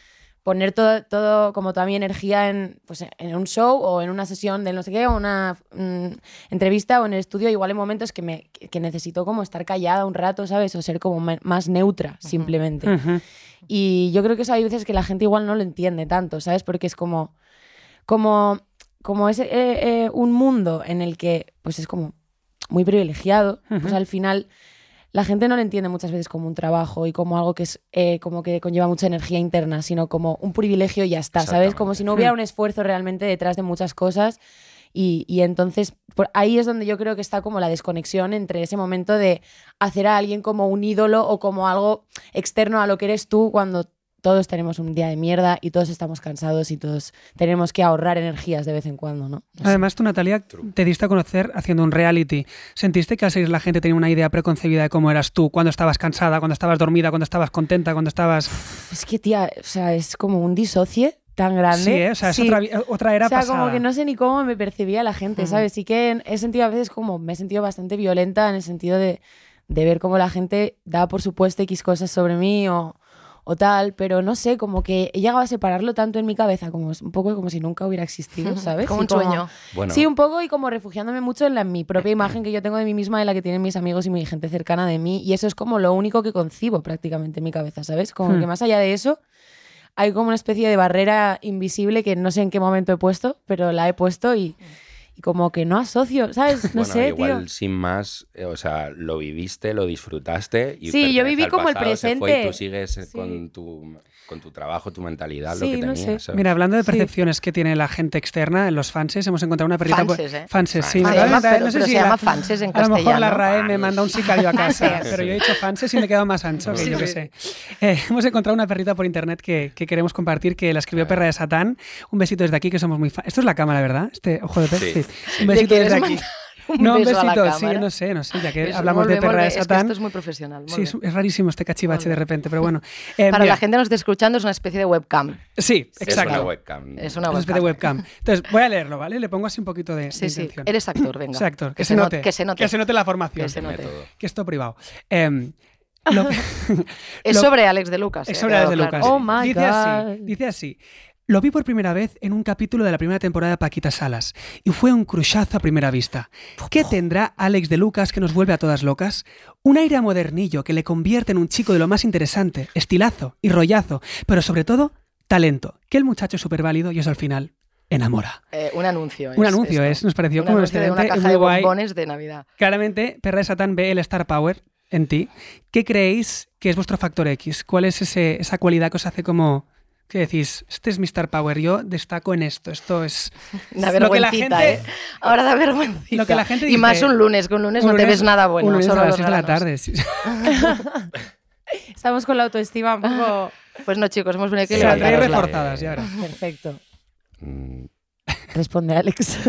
S5: poner todo, todo como toda mi energía en, pues, en un show o en una sesión de no sé qué, o una mm, entrevista o en el estudio, igual en momentos que, me, que necesito como estar callada un rato, ¿sabes? O ser como ma- más neutra, simplemente.
S3: Ujú.
S5: Y yo creo que eso hay veces que la gente igual no lo entiende tanto, ¿sabes? Porque es como, como, como es eh, eh, un mundo en el que, pues es como muy privilegiado, pues al final la gente no lo entiende muchas veces como un trabajo y como algo que es eh, como que conlleva mucha energía interna, sino como un privilegio y ya está, ¿sabes? Como si no hubiera un esfuerzo realmente detrás de muchas cosas. Y, y entonces por ahí es donde yo creo que está como la desconexión entre ese momento de hacer a alguien como un ídolo o como algo externo a lo que eres tú cuando todos tenemos un día de mierda y todos estamos cansados y todos tenemos que ahorrar energías de vez en cuando, ¿no? No sé.
S3: Además, tú, Natalia, te diste a conocer haciendo un reality. ¿Sentiste que al salir la gente tenía una idea preconcebida de cómo eras tú? Cuando estabas cansada, cuando estabas dormida, cuando estabas contenta, cuando estabas.
S5: Es que, tía, o sea, es como un disocie tan grande.
S3: Sí, ¿eh? o sea, es
S5: Sí.
S3: otra, vi- otra era
S5: o sea,
S3: pasada. Hmm.
S5: como que no sé ni cómo me percibía la gente, ¿sabes? Sí que he sentido a veces como, me he sentido bastante violenta en el sentido de, de ver cómo la gente da por supuesto X cosas sobre mí o, o tal, pero no sé, como que he llegado a separarlo tanto en mi cabeza, como es un poco como si nunca hubiera
S3: [laughs]
S5: existido, ¿sabes?
S2: Como
S5: Y
S2: un sueño.
S6: Bueno.
S5: Sí, un poco y como refugiándome mucho en la, en mi propia imagen que yo tengo de mí misma, de la que tienen mis amigos y mi gente cercana de mí, y eso es como lo único que concibo prácticamente en mi cabeza, ¿sabes? Como
S3: Hmm.
S5: que más allá de eso hay como una especie de barrera invisible que no sé en qué momento he puesto, pero la he puesto y, y como que no asocio, ¿sabes? No
S6: [laughs] bueno,
S5: sé,
S6: igual
S5: tío.
S6: sin más, eh, o sea, lo viviste, lo disfrutaste. Y
S5: Sí, yo
S6: pertenece
S5: viví
S6: al
S5: como el
S6: pasado, se fue y tú
S5: presente.
S6: sigues eh,
S5: Sí.
S6: con, tu, con tu trabajo, tu mentalidad, lo
S5: Sí,
S6: que
S5: no
S6: tenías.
S5: sé.
S6: ¿sabes?
S3: Mira, hablando de
S5: Sí.
S3: percepciones que tiene la gente externa, en los fanses, hemos encontrado una perrita. pues,
S2: Fanses, ¿eh?
S3: Fanses, sí.
S2: Se
S3: ¿verdad?
S2: llama-
S3: No
S2: pero-
S3: sé
S2: pero
S3: si
S2: se
S3: la-
S2: llama fanses en
S3: A lo mejor la
S2: castellano.
S3: RAE me manda un sicario a casa,
S2: Fanses.
S3: pero yo he dicho fanses y me he quedado más ancho, que
S6: Sí,
S3: yo qué
S6: sí.
S3: sé. Eh, hemos encontrado una perrita por internet que, que queremos compartir, que la escribió Perra de Satán. Un besito desde aquí, que somos muy fans. Esto es la cámara, ¿verdad? Este ojo de pez.
S6: Sí,
S3: Sí.
S6: sí.
S3: Un
S2: ¿Le
S3: besito
S2: quieres
S3: desde aquí.
S2: mandar [laughs] un
S3: No, un
S2: beso a la
S3: besito, sí,
S2: cámara?
S3: no sé, no sé, ya que
S2: Eso,
S3: hablamos
S2: muy
S3: de
S2: bien, muy
S3: Perra
S2: bien.
S3: de
S2: Es que
S3: Satán.
S2: esto es muy profesional. muy
S3: Sí, es
S2: bien.
S3: es rarísimo este cachivache de repente, pero bueno. Eh,
S2: Para
S3: mira,
S2: la gente que nos está escuchando es una especie de webcam.
S3: Sí,
S6: Es una
S3: exacto.
S6: webcam.
S2: Es una
S3: Es una especie de
S2: webcam.
S3: webcam. Entonces, voy a leerlo, ¿vale? Le pongo así un poquito de.
S2: Sí,
S3: de
S2: sí.
S3: intención.
S2: Eres actor, venga.
S3: Exacto, que,
S2: Que
S3: se, note,
S2: Que se note.
S3: la formación.
S2: Que se note.
S6: Método.
S3: Que esto privado. Em,
S5: [laughs]
S3: lo-
S2: Es
S3: lo-
S2: sobre Alex de Lucas.
S3: es
S2: eh,
S3: sobre
S2: quedado
S3: Alex de
S2: claro.
S3: Lucas.
S5: Oh my
S3: dice así,
S5: God.
S3: dice así. Lo vi por primera vez en un capítulo de la primera temporada de Paquita Salas y fue un cruchazo a primera vista. ¿Qué tendrá Alex de Lucas que nos vuelve a todas locas? Un aire a modernillo que le convierte en un chico de lo más interesante, estilazo y rollazo, pero sobre todo, talento. Que el muchacho es súper válido y eso al final enamora.
S2: Eh, un anuncio.
S3: un
S2: es
S3: anuncio
S2: esto.
S3: es, nos pareció
S2: Un
S3: como
S2: anuncio de una
S3: excelente, y
S2: caja
S3: muy
S2: de
S3: guay.
S2: bombones de Navidad.
S3: Claramente, Perra de Satán ve el Star Power en ti. ¿Qué creéis que es vuestro factor X? ¿Cuál es ese- esa cualidad que os hace como que decís, este es mi Star Power, yo destaco en esto, esto es
S2: Da
S3: Lo que la
S2: vergüencita,
S3: gente-
S2: ¿eh? Ahora da vergüencita.
S3: Lo que la gente
S2: y más
S3: dice-
S2: un lunes, que un lunes
S3: un
S2: no te
S3: lunes-
S2: ves nada bueno.
S3: un lunes
S2: solo
S3: a las
S2: los
S3: 6 de la
S2: granos.
S3: tarde. sí. [laughs]
S5: Estamos con la autoestima un poco...
S2: Pues no, chicos, hemos venido aquí a
S6: Sí,
S3: Las tres
S6: claro,
S2: levantarosla.
S6: reforma.
S3: reforzadas, ya verás.
S5: [laughs] Perfecto.
S6: Mm,
S5: Responde
S6: [laughs]
S5: Alex.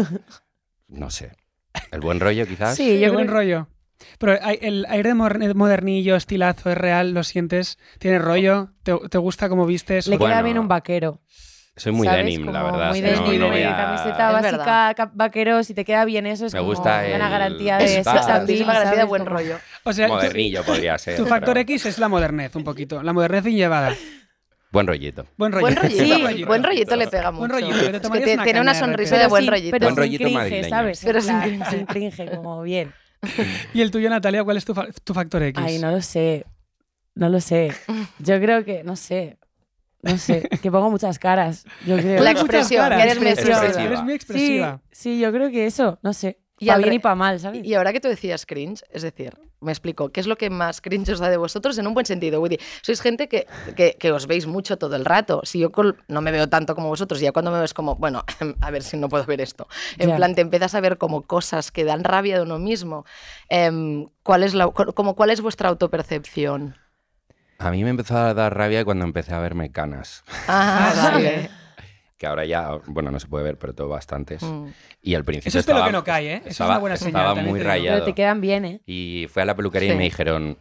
S6: no sé. El buen rollo, quizás.
S5: sí,
S3: Qué
S5: yo creo
S3: buen
S5: que-
S3: rollo. Pero hay- el aire de mor- modernillo, estilazo, es real, lo sientes, tiene rollo, te, te gusta como vistes.
S5: le queda
S6: Bueno,
S5: bien un vaquero.
S6: Soy muy
S5: ¿Sabes?
S6: denim, la
S5: Como
S6: verdad.
S5: Muy
S6: es que no-
S5: denim,
S6: no
S5: eh,
S6: voy a-
S5: camiseta
S2: Es
S5: básica,
S2: verdad.
S5: cap- vaquero, si te queda bien eso es
S6: Me
S5: como
S6: gusta
S5: una
S6: el-
S5: garantía de
S2: Es
S6: Eso,
S5: sex
S2: la
S6: Está.
S5: appeal,
S2: santísima garantía de
S5: ¿sabes?
S2: buen
S5: Como-
S2: rollo.
S3: O sea, tu,
S6: Modernillo podría ser.
S3: tu factor
S6: pero
S3: X es la modernez, un poquito. La modernez bien llevada.
S6: Buen rollito.
S3: Buen rollo.
S2: Buen rollito,
S5: Sí.
S2: buen rollito le pega mucho.
S3: Buen rollito, que te
S2: Es
S3: tomarías
S2: te-
S3: una
S2: tiene una
S3: caña de
S2: sonrisa
S3: repente.
S2: de buen
S5: sin-
S2: rollito.
S5: Pero
S6: Buen
S5: sin
S6: rollito
S5: cringe,
S6: madrileño.
S5: ¿sabes?
S2: Pero
S5: En
S2: sin
S5: plan,
S2: cringe.
S5: sin cringe, como
S6: [laughs]
S5: bien.
S3: ¿Y el tuyo, Natalia, cuál es tu, fa- tu factor X?
S5: Ay, no lo sé. No lo sé. Yo creo que, no sé. No sé. Que pongo muchas caras. Yo creo.
S2: La
S3: Pones muchas
S2: expresión,
S3: caras.
S2: que eres muy
S6: Expresiva.
S2: expresiva.
S6: Expresiva.
S3: Eres muy
S5: sí,
S3: expresiva.
S5: sí, yo creo que eso. No sé.
S2: Y
S5: Y para
S2: al
S5: bien
S2: re-
S5: y para mal, ¿sabes?
S2: Y ahora que tú decías cringe, es decir, me explico, ¿qué es lo que más cringe os da de vosotros en un buen sentido? Woody, sois gente que, que, que os veis mucho todo el rato. Si yo col- no me veo tanto como vosotros, ya cuando me ves como, bueno, [laughs] a ver si no puedo ver esto. En
S5: Ya.
S2: plan, te empiezas a ver como cosas que dan rabia de uno mismo. Em, ¿cuál, es la, co- como, ¿Cuál es vuestra autopercepción?
S5: [laughs]
S6: A mí me empezó a dar rabia cuando empecé a verme canas. [laughs]
S2: Ah,
S3: sí.
S2: vale.
S6: Que ahora ya, bueno, no se puede ver, pero tengo bastantes.
S2: Mm.
S6: Y al principio.
S3: Eso es de lo
S6: estaba,
S3: que no cae, ¿eh? Eso es
S6: Estaba,
S3: una buena señal,
S6: estaba
S3: también
S6: muy
S3: te digo.
S5: Pero
S6: rayado.
S5: te quedan bien, ¿eh?
S6: Y fui a la peluquería y
S2: Sí.
S6: me dijeron.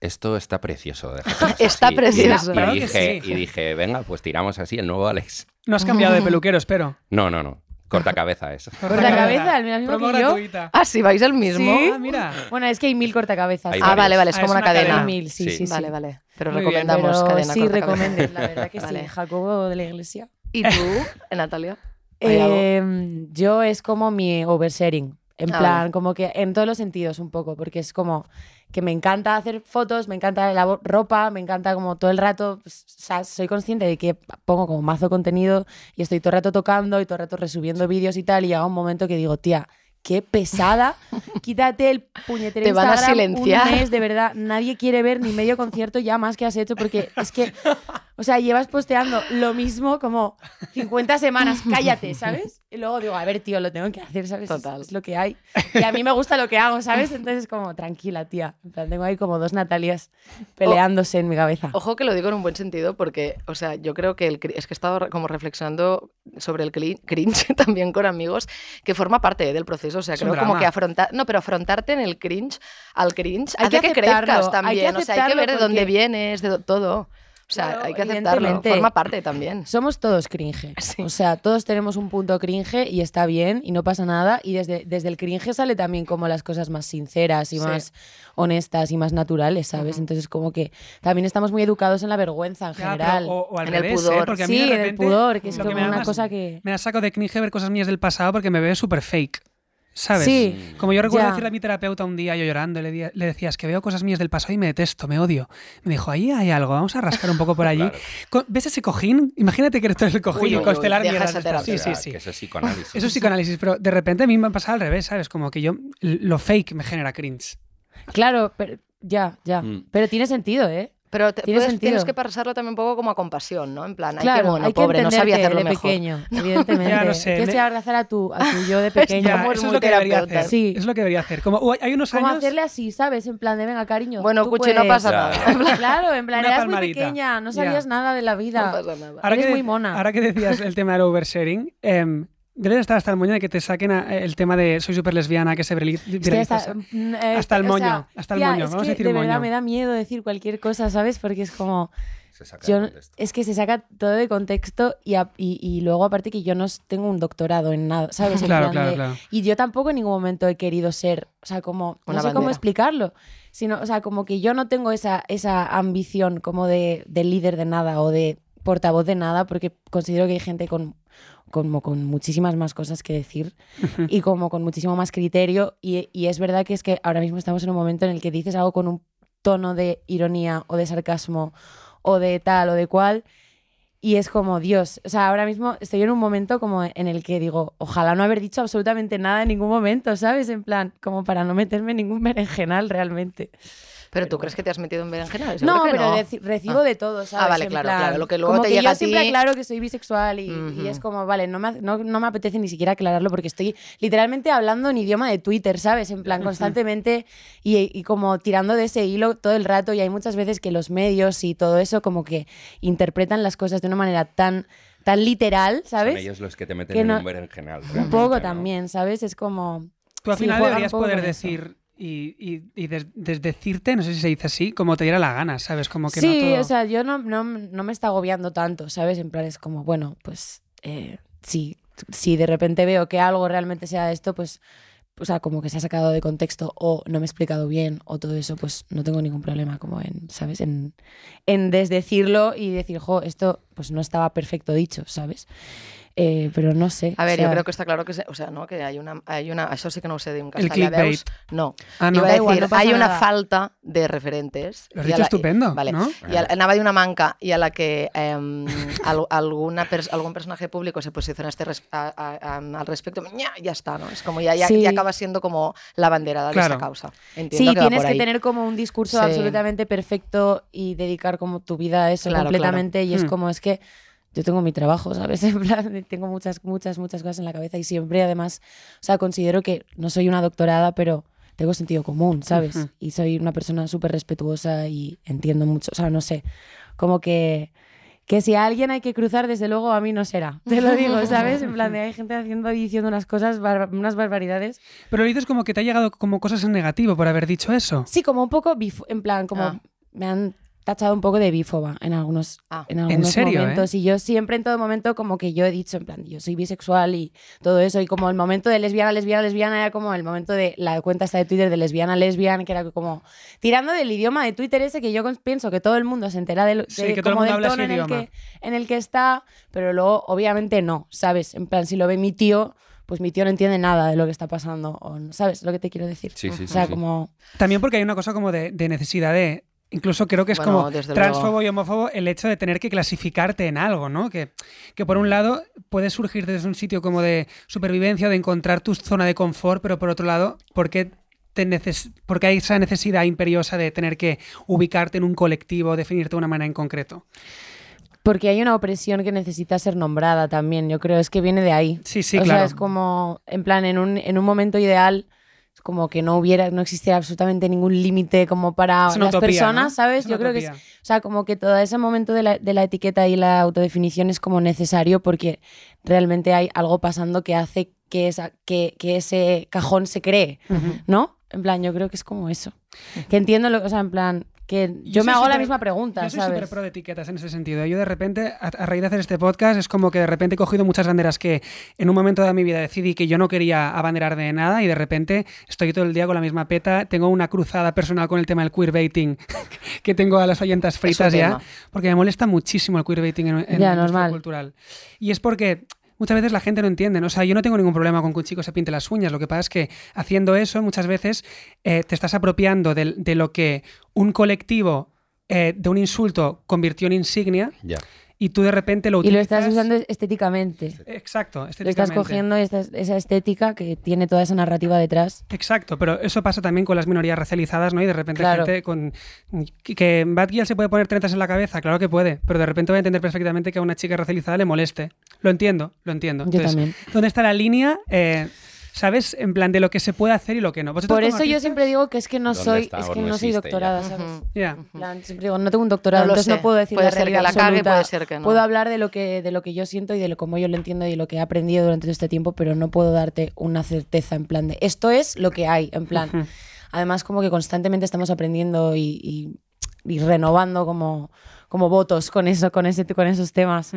S6: Esto está precioso.
S5: [laughs]
S6: déjatelos
S2: Está
S6: así". Y-
S2: precioso.
S6: Y,
S3: Claro que
S6: dije,
S3: sí.
S6: y dije, venga, pues tiramos así el nuevo Alex.
S5: [laughs]
S3: No has cambiado de peluquero, espero.
S6: No, no, no. Corta cabeza
S3: [laughs]
S6: eso.
S5: Cortacabezas, mira, mismo
S3: Promo
S5: que yo.
S3: gratuita.
S2: Ah, sí, vais al mismo.
S3: Ah, mira.
S5: Bueno, es que hay mil cortacabezas.
S6: Hay
S2: Ah,
S6: varios.
S2: vale, vale, es
S3: Ah,
S2: como
S3: es
S2: una,
S3: una cadena.
S2: cadena.
S5: mil, sí,
S6: Sí.
S5: sí, sí.
S2: Vale, vale. Pero
S3: Muy bien,
S2: recomendamos
S5: Pero
S2: cadena
S5: sí,
S2: corta
S5: recomiendo,
S2: cabeza.
S5: la verdad que sí.
S2: Vale.
S5: Jacobo de la Iglesia.
S2: [laughs] ¿Y tú, Natalia? ¿Hay algo?
S5: Eh, yo es como mi oversharing. En
S2: Ah,
S5: plan,
S2: vale.
S5: como que en todos los sentidos un poco, porque es como que me encanta hacer fotos, me encanta la bo- ropa, me encanta como todo el rato, pues, o sea, soy consciente de que pongo como mazo contenido y estoy todo el rato tocando y todo el rato resubiendo vídeos y tal, y llega un momento que digo, tía,
S2: [laughs]
S5: qué pesada, quítate el puñetero
S2: Te van a
S5: Instagram un
S2: silenciar.
S5: mes, de verdad, nadie quiere ver ni medio concierto ya más que has hecho, porque es que, o sea, llevas posteando lo mismo como
S2: [laughs]
S5: 50 semanas, cállate, ¿sabes? Y luego digo, a ver, tío, lo tengo que hacer, ¿sabes? Es-
S2: Total.
S5: Es, lo que hay. Y a mí me gusta lo que hago, ¿sabes? Entonces, como, tranquila, tía. En plan, tengo ahí como dos Natalias peleándose en mi cabeza.
S2: Ojo que lo digo en un buen sentido porque, o sea, yo creo que el cri- es que he estado re- como reflexionando sobre el cli- cringe [laughs] también con amigos, que forma parte eh, del proceso, o sea,
S3: Es un
S2: creo como
S3: drama.
S2: que afrontar, no, pero afrontarte en el cringe, al cringe,
S5: Hay
S2: hace
S5: que
S2: que,
S5: aceptarlo,
S2: crezcas
S5: hay que
S2: también, o sea, hay que ver de
S5: aceptarlo
S2: dónde
S5: porque-
S2: vienes, de do- todo. O sea,
S5: Claro,
S2: hay que aceptarlo,
S5: evidentemente.
S2: forma parte también.
S5: Somos todos cringe.
S2: Sí.
S5: O sea, todos tenemos un punto cringe y está bien y no pasa nada. Y desde, desde el cringe sale también como las cosas más sinceras y
S2: Sí.
S5: más honestas y más naturales, ¿sabes? Entonces, como que también estamos muy educados en la vergüenza en
S3: Ya, pero-
S5: general.
S3: o, o al
S2: En el
S3: revés, ¿eh?
S2: pudor.
S3: Porque a mí
S5: sí,
S3: de
S5: en el
S3: repente
S5: pudor, que es
S3: lo que
S5: como
S3: me da
S5: una
S3: más-
S5: cosa que.
S3: Me la saco de cringe ver cosas mías del pasado porque me veo súper fake. ¿Sabes?
S5: Sí.
S3: Como yo recuerdo
S5: Ya.
S3: decirle a mi terapeuta un día, yo llorando, le, di- le decías que veo cosas mías del pasado y me detesto, me odio. Me dijo, ahí hay algo, vamos a rascar un poco por allí.
S6: [laughs] Claro.
S3: Co- ¿Ves ese cojín? Imagínate que eres tú el cojín
S2: Uy,
S3: y
S2: uy, uy,
S3: constelar
S2: deja
S3: mierdas
S2: esa
S3: de estas. Sí,
S2: terapia.
S3: sí,
S6: Ah,
S3: sí.
S6: que Eso es psicoanálisis.
S3: Eso es psicoanálisis, pero de repente a mí me ha pasado al revés, ¿sabes? Como que yo, lo fake me genera cringe.
S5: Claro, pero. Ya, ya.
S6: Mm.
S5: Pero tiene sentido, ¿eh?
S2: Pero te-
S5: Tiene
S2: puedes-
S5: sentido.
S2: tienes que pasarlo también un poco como a compasión, ¿no? En plan, ay, qué
S5: Claro,
S2: mono,
S5: hay que
S2: pobre, no sabía hacerlo
S5: entenderte de
S2: mejor. [laughs]
S5: pequeño, evidentemente.
S3: Ya lo sé,
S5: Tienes
S3: me-
S5: que abrazar a tu, a tu yo de pequeño.
S3: [laughs] Ya,
S2: Somos
S3: eso es
S2: muy
S3: lo que debería
S2: terapeutas.
S3: hacer.
S5: Sí.
S3: Es lo que debería hacer. Como "Uy, hay unos
S5: Como
S3: años...
S5: hacerle así, ¿sabes? En plan de, venga, cariño.
S2: Bueno,
S5: tú
S2: cuchi, no
S5: puedes". [laughs]
S2: pasa
S6: Ya.
S2: nada. [laughs] No
S5: Claro, en plan,
S3: Una
S5: eras muy
S3: palmadita.
S5: pequeña, no sabías
S3: Ya.
S5: nada de la vida.
S2: pasa nada.
S5: Eres
S3: que de-
S5: muy mona.
S3: Ahora que decías el tema del oversharing, em, debes estar hasta el moño de que te saquen a- eh, el tema de soy súper lesbiana, que se virali-
S5: Hostia,
S3: viraliza.
S5: hasta, mm, eh,
S3: hasta el
S5: o
S3: moño,
S5: sea,
S3: hasta el
S5: tía,
S3: moño,
S5: es
S3: vamos a
S5: que
S3: decir
S5: de
S3: moño.
S5: verdad me da miedo decir cualquier cosa, ¿sabes? Porque es como,
S6: Se saca de
S5: yo,
S6: contexto.
S5: es que se saca todo de contexto y, a- y, y luego aparte que yo no s- tengo un doctorado en nada, ¿sabes? En
S3: Claro,
S5: plan
S3: claro,
S5: de-
S3: claro.
S5: Y yo tampoco en ningún momento he querido ser, o sea, como, no
S2: Una
S5: sé cómo
S2: bandera.
S5: explicarlo, sino, o sea, como que yo no tengo esa, esa ambición como de, de líder de nada o de portavoz de nada, porque considero que hay gente con, como con muchísimas más cosas que decir y como con muchísimo más criterio. Y, y es verdad que es que ahora mismo estamos en un momento en el que dices algo con un tono de ironía o de sarcasmo o de tal o de cual. Y es como, Dios, o sea, ahora mismo estoy en un momento como en el que digo, ojalá no haber dicho absolutamente nada en ningún momento, ¿sabes? En plan, como para no meterme en ningún [laughs] berenjenal realmente.
S2: Pero tú crees que te has metido en berenjenal? Seguro
S5: No,
S2: que
S5: pero
S2: no.
S5: reci- recibo
S2: Ah.
S5: de todo, ¿sabes?
S2: vale,
S5: En
S2: claro,
S5: plan,
S2: claro, lo que luego
S5: como
S2: te
S5: que
S2: llega
S5: yo
S2: a
S5: siempre
S2: ti-
S5: aclaro que soy bisexual y, y
S2: Ujú.
S5: es como, vale, no me, hace- no, no me apetece ni siquiera aclararlo porque estoy literalmente hablando en idioma de Twitter, ¿sabes? En plan, constantemente y, y como tirando de ese hilo todo el rato y hay muchas veces que los medios y todo eso como que interpretan las cosas de una manera tan, tan literal,
S6: Son
S5: ¿sabes?
S6: ellos los que te meten
S5: Que
S6: en
S5: no-
S6: un berenjenal.
S5: Un
S6: realmente,
S5: poco
S6: ¿no?
S5: también, ¿sabes? Es como...
S3: Tú al
S5: Sí,
S3: final
S5: juega un
S3: deberías
S5: poco
S3: poder
S5: con eso.
S3: decir y, y- y des- desdecirte, no sé si se dice así, como te diera la gana, ¿sabes? Como que
S5: sí,
S3: no todo...
S5: o sea, yo no, no, no me está agobiando tanto, ¿sabes? En plan, es como, bueno, pues eh, sí, si de repente veo que algo realmente sea esto, pues, o sea, como que se ha sacado de contexto o no me he explicado bien o todo eso, pues no tengo ningún problema como en, ¿sabes? En, en desdecirlo y decir, jo, esto pues no estaba perfecto dicho, ¿sabes? Eh, pero no sé.
S2: A ver,
S5: o sea,
S2: yo creo que está claro que, se- o sea, ¿no? que hay una, hay una, això sí que no ho sé d'un cas.
S3: El clickbait.
S2: No,
S3: Ah, no.
S2: iba a
S5: Da
S2: decir,
S5: igual, no pasa
S2: hay una
S5: nada.
S2: falta de referentes.
S3: Lo has
S2: I a
S3: dicho estupendo,
S2: Vale.
S3: ¿no?
S2: Y a- anava de una manca y a la que em, al- alguna pers- algún personaje público se posiciona a este res- a- a- a- al respecto, ¡ña! ya está, ¿no? Es como ya, ya,
S5: Sí.
S2: ya acaba siendo como la banderada de
S3: Claro.
S2: esta causa.
S5: Sí,
S2: Entiendo que va
S5: tienes
S2: por
S5: que
S2: ahí.
S5: tener como un discurso
S2: Sí.
S5: absolutamente perfecto y dedicar como tu vida a eso
S2: Claro,
S5: completamente. Y es
S3: Hmm.
S5: como, es que yo tengo mi trabajo, ¿sabes? [laughs] En plan, tengo muchas, muchas, muchas cosas en la cabeza y siempre además, o sea, considero que no soy una doctorada, pero tengo sentido común, ¿sabes?
S3: Ujú.
S5: Y soy una persona súper respetuosa y entiendo mucho, o sea, no sé, como que... Que si a alguien hay que cruzar, desde luego a mí no será. Te lo
S2: [laughs]
S5: digo, ¿sabes? En plan, de hay gente haciendo y diciendo unas cosas, barba- unas barbaridades.
S3: Pero lo dices como que te ha llegado como cosas en negativo por haber dicho eso.
S5: Sí, como un poco bif- en plan, como
S2: Ah.
S5: me han tachado un poco de bífoba en algunos,
S2: Ah.
S5: en algunos
S3: serio, eh?
S5: momentos. Y yo siempre, en todo momento, como que yo he dicho, en plan, yo soy bisexual y todo eso. Y como el momento de lesbiana, lesbiana, lesbiana, era como el momento de la cuenta esta de Twitter de lesbiana, lesbiana, que era como tirando del idioma de Twitter ese que yo cons- pienso que todo el mundo se entera de, lo-
S3: Sí,
S5: de
S3: que todo el
S5: como
S3: mundo
S5: del
S3: habla
S5: tono en
S3: ese
S5: el,
S3: idioma.
S5: que, en el que está, pero luego, obviamente, no, ¿sabes? En plan, si lo ve mi tío, pues mi tío no entiende nada de lo que está pasando. O, no- ¿Sabes lo que te quiero decir?
S6: Sí, sí,
S5: O
S6: sí,
S5: sea,
S6: sí.
S5: como...
S3: También porque hay una cosa como de, de necesidad de. Incluso creo que es
S2: Bueno,
S3: como
S2: desde
S3: transfobo y homófobo el hecho de tener que clasificarte en algo, ¿no? Que, que por un lado puede surgir desde un sitio como de supervivencia, de encontrar tu zona de confort, pero por otro lado, ¿por qué, te neces por qué hay esa necesidad imperiosa de tener que ubicarte en un colectivo, definirte de una manera en concreto?
S5: Porque hay una opresión que necesita ser nombrada también, yo creo, es que viene de ahí.
S3: Sí, sí,
S5: o
S3: claro.
S5: sea, es como, en plan, en un, en un momento ideal, es como que no hubiera, no existiera absolutamente ningún límite como para
S3: Es una
S5: las
S3: utopía,
S5: personas,
S3: ¿no?
S5: ¿sabes?
S3: Es una
S5: Yo creo que es,
S3: utopía.
S5: o sea, como que todo ese momento de la, de la etiqueta y la autodefinición es como necesario porque realmente hay algo pasando que hace que, esa, que, que ese cajón se cree, ¿no? En plan, yo creo que es como eso. Que entiendo lo, o sea, en plan, que yo, me
S3: soy
S5: hago la
S3: súper-
S5: misma pregunta,
S3: Yo soy
S5: ¿sabes?
S3: súper pro de etiquetas en ese sentido. Yo de repente, a, a raíz de hacer este podcast, es como que de repente he cogido muchas banderas que en un momento de mi vida decidí que yo no quería abanderar de nada y de repente estoy todo el día con la misma peta. Tengo una cruzada personal con el tema del queerbaiting [laughs] que tengo a las oyentas fritas
S2: un
S3: ya,
S2: tema.
S3: porque me molesta muchísimo el queerbaiting en, en
S5: Ya,
S3: nuestro
S5: normal.
S3: cultural. Y es porque... Muchas veces la gente no entiende, ¿no? o sea, yo no tengo ningún problema con que un chico se pinte las uñas, lo que pasa es que haciendo eso muchas veces eh, te estás apropiando del- de lo que un colectivo eh, de un insulto convirtió en insignia
S6: Ya.
S3: y tú de repente lo
S5: Y
S3: utilizas.
S5: lo estás usando estéticamente.
S3: Exacto,
S5: Lo estás
S3: Este, estéticamente.
S5: cogiendo esta- esa estética que tiene toda esa narrativa detrás.
S3: Exacto, pero eso pasa también con las minorías racializadas, ¿no? Y de repente
S5: Claro.
S3: gente con... Que que Bad Girl se puede poner trenzas en la cabeza, claro que puede, pero de repente va a entender perfectamente que a una chica racializada le moleste. Lo entiendo, lo entiendo.
S5: Yo también.
S3: ¿Dónde está la línea? Eh, ¿Sabes? En plan de lo que se puede hacer y lo que no. Vosotros
S5: Por
S3: como
S5: eso yo
S3: artistas-
S5: siempre digo que es que no
S6: ¿Dónde
S5: soy,
S6: está?
S5: es
S6: O
S5: que
S6: no
S5: no, soy
S6: existe ya.
S5: doctorada, ¿sabes?
S2: Ujú.
S3: Ya.
S5: En plan, Siempre digo, no tengo un doctorado,
S2: No lo
S5: entonces
S2: sé.
S5: no puedo decir
S2: Puede
S5: la
S2: ser que
S5: realidad
S2: la cague,
S5: absoluta.
S2: puede ser que no.
S5: Puedo hablar de lo que, de lo que yo siento y de lo, cómo yo lo entiendo y de lo que he aprendido durante todo este tiempo, pero no puedo darte una certeza en plan de esto es lo que hay, en plan. Además, como que constantemente estamos aprendiendo y, y- y renovando como, como votos con, eso, con, ese, con esos temas.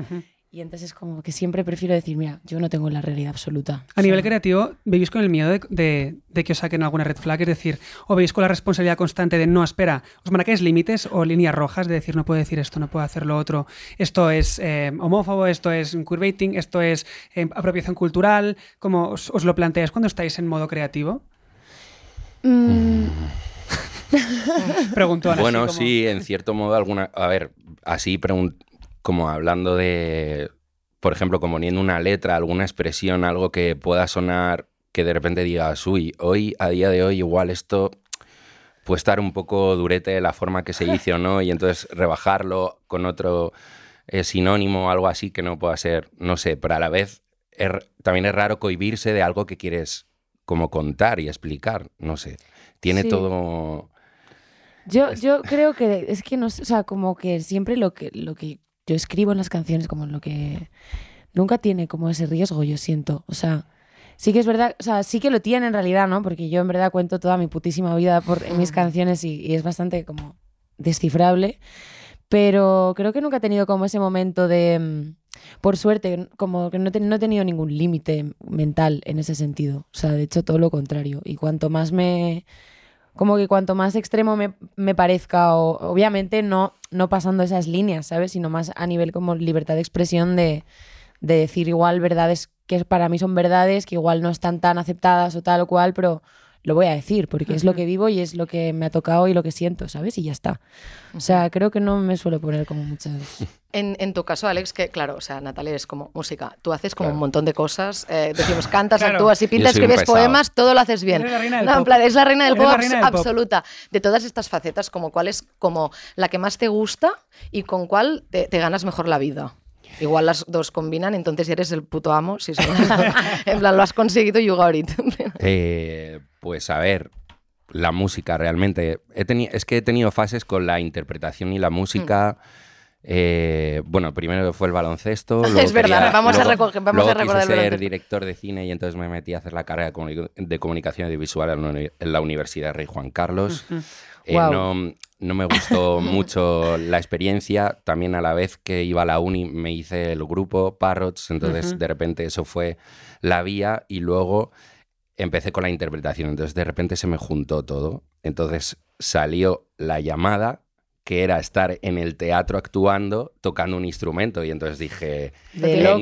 S5: Y entonces como que siempre prefiero decir, mira, yo no tengo la realidad absoluta.
S3: A nivel creativo, ¿vivís con el miedo de, de- de que os saquen alguna red flag? Es decir, ¿o veis con la responsabilidad constante de no, espera, os marcáis límites o líneas rojas de decir, no puedo decir esto, no puedo hacer lo otro, esto es eh, homófobo, esto es queerbaiting, esto es eh, apropiación cultural? ¿Cómo os, os lo planteáis cuando estáis en
S2: [laughs]
S3: modo creativo?
S5: Mm,
S3: Pregunto Ana, así
S6: Bueno,
S3: como-
S6: sí, en cierto modo alguna... A ver, así pregun- como hablando de... Por ejemplo, como poniendo una letra, alguna expresión, algo que pueda sonar, que de repente digas, uy, hoy, a día de hoy, igual esto puede estar un poco durete de la forma que
S3: [laughs]
S6: se dice o no, y entonces rebajarlo con otro eh, sinónimo o algo así que no pueda ser, no sé, pero a la vez es r- también es raro cohibirse de algo que quieres como contar y explicar, no sé. Tiene
S5: Sí.
S6: todo...
S5: Yo, yo creo que es que no sé, o sea, como que siempre lo que, lo que yo escribo en las canciones, como lo que nunca tiene como ese riesgo, yo siento. O sea, sí que es verdad, o sea, sí que lo tiene en realidad, ¿no? Porque yo en verdad cuento toda mi putísima vida por, en mis canciones y, y es bastante como descifrable. Pero creo que nunca he tenido como ese momento de. mm, Por suerte, como que no, te- no he tenido ningún límite mental en ese sentido. O sea, de hecho, todo lo contrario. Y cuanto más me como que cuanto más extremo me, me parezca, o obviamente no, no pasando esas líneas, ¿sabes? Sino más a nivel como libertad de expresión de, de decir igual verdades que para mí son verdades, que igual no están tan aceptadas o tal o cual, pero lo voy a decir porque es lo que vivo y es lo que me ha tocado y lo que siento, ¿sabes? Y ya está. O sea, creo que no me suelo poner como muchas...
S2: En, en tu caso, Alex, que claro, o sea, Natalia es como música. Tú haces como un montón de cosas. eh, decimos, cantas,
S3: Claro.
S2: actúas y pintas,
S6: soy un
S2: escribes
S6: pesado.
S2: poemas, todo lo haces bien.
S3: Eres la reina del
S2: No, en
S3: pop.
S2: plan, es la reina del
S3: Eres
S2: pop,
S3: la reina
S2: abs-
S3: del pop.
S2: absoluta. De todas estas facetas, como cuál es como la que más te gusta y con cuál te, te ganas mejor la vida. Igual las dos combinan, entonces eres el puto amo. Si son
S3: [laughs]
S2: las dos. en plan, lo has conseguido, you got it. [laughs]
S6: Eh, pues a ver, la música realmente. He teni- es que he tenido fases con la interpretación y la música.
S2: Mm.
S6: Eh, bueno, primero fue el baloncesto.
S2: [laughs]
S6: luego
S2: Es verdad,
S6: quería-
S2: vamos a
S6: luego-
S2: recoger- vamos
S6: luego
S2: a recordar el
S6: quise ser
S2: baloncesto.
S6: director de cine y entonces me metí a hacer la carrera de, comuni- de comunicación audiovisual en la uni- en la Universidad Rey Juan Carlos. Eh,
S5: Guau.
S6: no, no
S2: [laughs]
S6: me gustó mucho la experiencia. También a la vez que iba a la uni me hice el grupo Parrots, entonces
S3: Ujú.
S6: de repente eso fue la vía y luego empecé con la interpretación. Entonces de repente se me juntó todo. Entonces salió la llamada que era estar en el teatro actuando tocando un instrumento y entonces dije
S5: De
S6: he
S5: [laughs]
S6: encon-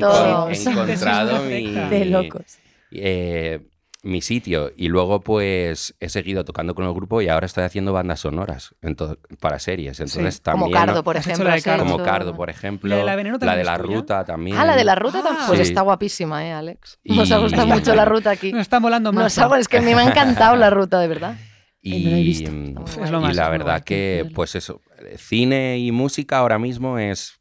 S5: locos.
S6: he encontrado
S3: Eso es
S6: mi,
S3: perfecta.
S5: De locos.
S6: eh, mi sitio y luego pues he seguido tocando con el grupo y ahora estoy haciendo bandas sonoras ento- para series entonces
S3: Sí.
S2: como
S6: también
S2: Cardo,
S6: ¿no?
S2: por
S3: Has hecho
S2: ejemplo.
S3: la de
S2: sí,
S3: Cardo.
S6: como
S2: eso-
S6: Cardo por ejemplo
S3: La de la Veneno también
S6: de
S3: es
S6: la
S3: tuya.
S6: ruta también
S2: Ah, la de la ruta, tam-
S3: Ah.
S2: pues
S6: Sí.
S2: está guapísima, ¿eh, Alex?
S6: Y-
S2: Nos ha gustado mucho la ruta aquí.
S3: Nos está molando más.
S2: Nos ha- es que me ha encantado la ruta, de verdad.
S5: Ay, no la he
S6: y,
S5: visto.
S6: mm,
S2: Está
S3: muy Es lo
S6: y
S3: más, es
S6: la
S3: muy
S6: verdad
S5: guay,
S6: que
S5: genial.
S6: pues eso cine y música ahora mismo es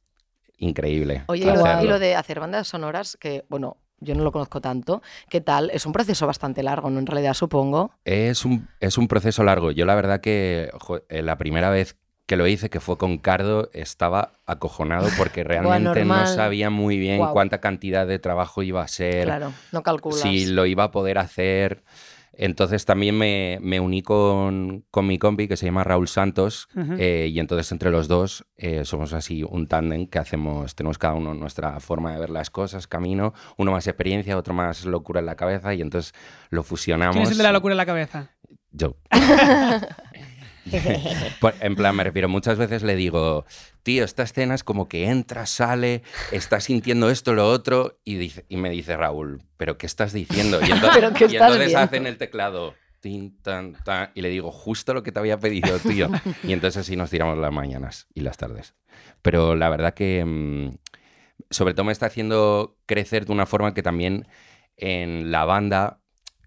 S6: increíble
S2: Oye, y lo,
S6: hacerlo.
S2: y lo de hacer bandas sonoras, que bueno, yo no lo conozco tanto, ¿qué tal? Es un proceso bastante largo, ¿no? En realidad, supongo.
S6: Es un, es un proceso largo. Yo la verdad que jo, eh, la primera vez que lo hice, que fue con Cardo, estaba acojonado
S3: [laughs]
S6: porque realmente no
S5: normal.
S6: sabía muy bien
S5: Guau.
S6: cuánta cantidad de trabajo iba a ser,
S2: Claro, no calculas.
S6: si lo iba a poder hacer. Entonces también me, me uní con, con mi compi que se llama Raúl Santos
S3: Ujú.
S6: eh, y entonces entre los dos eh, somos así un tándem que hacemos, tenemos cada uno nuestra forma de ver las cosas, camino, uno más experiencia, otro más locura en la cabeza y entonces lo fusionamos.
S3: ¿Quién es el de la locura en la cabeza?
S2: [laughs]
S6: Yo. [laughs] Por- en plan, me refiero, muchas veces le digo, tío, esta escena es como que entra, sale, está sintiendo esto, lo otro, y, dice, y me dice Raúl, ¿pero qué estás diciendo?
S2: [laughs]
S6: Y entonces,
S2: ¿Pero qué
S6: y
S2: estás
S6: entonces
S2: viendo?
S6: hace en el teclado, tin, tan, tan, y le digo, justo lo que te había pedido, tío. Y entonces así nos tiramos las mañanas y las tardes. Pero la verdad que, mm, sobre todo, me está haciendo crecer de una forma que también en la banda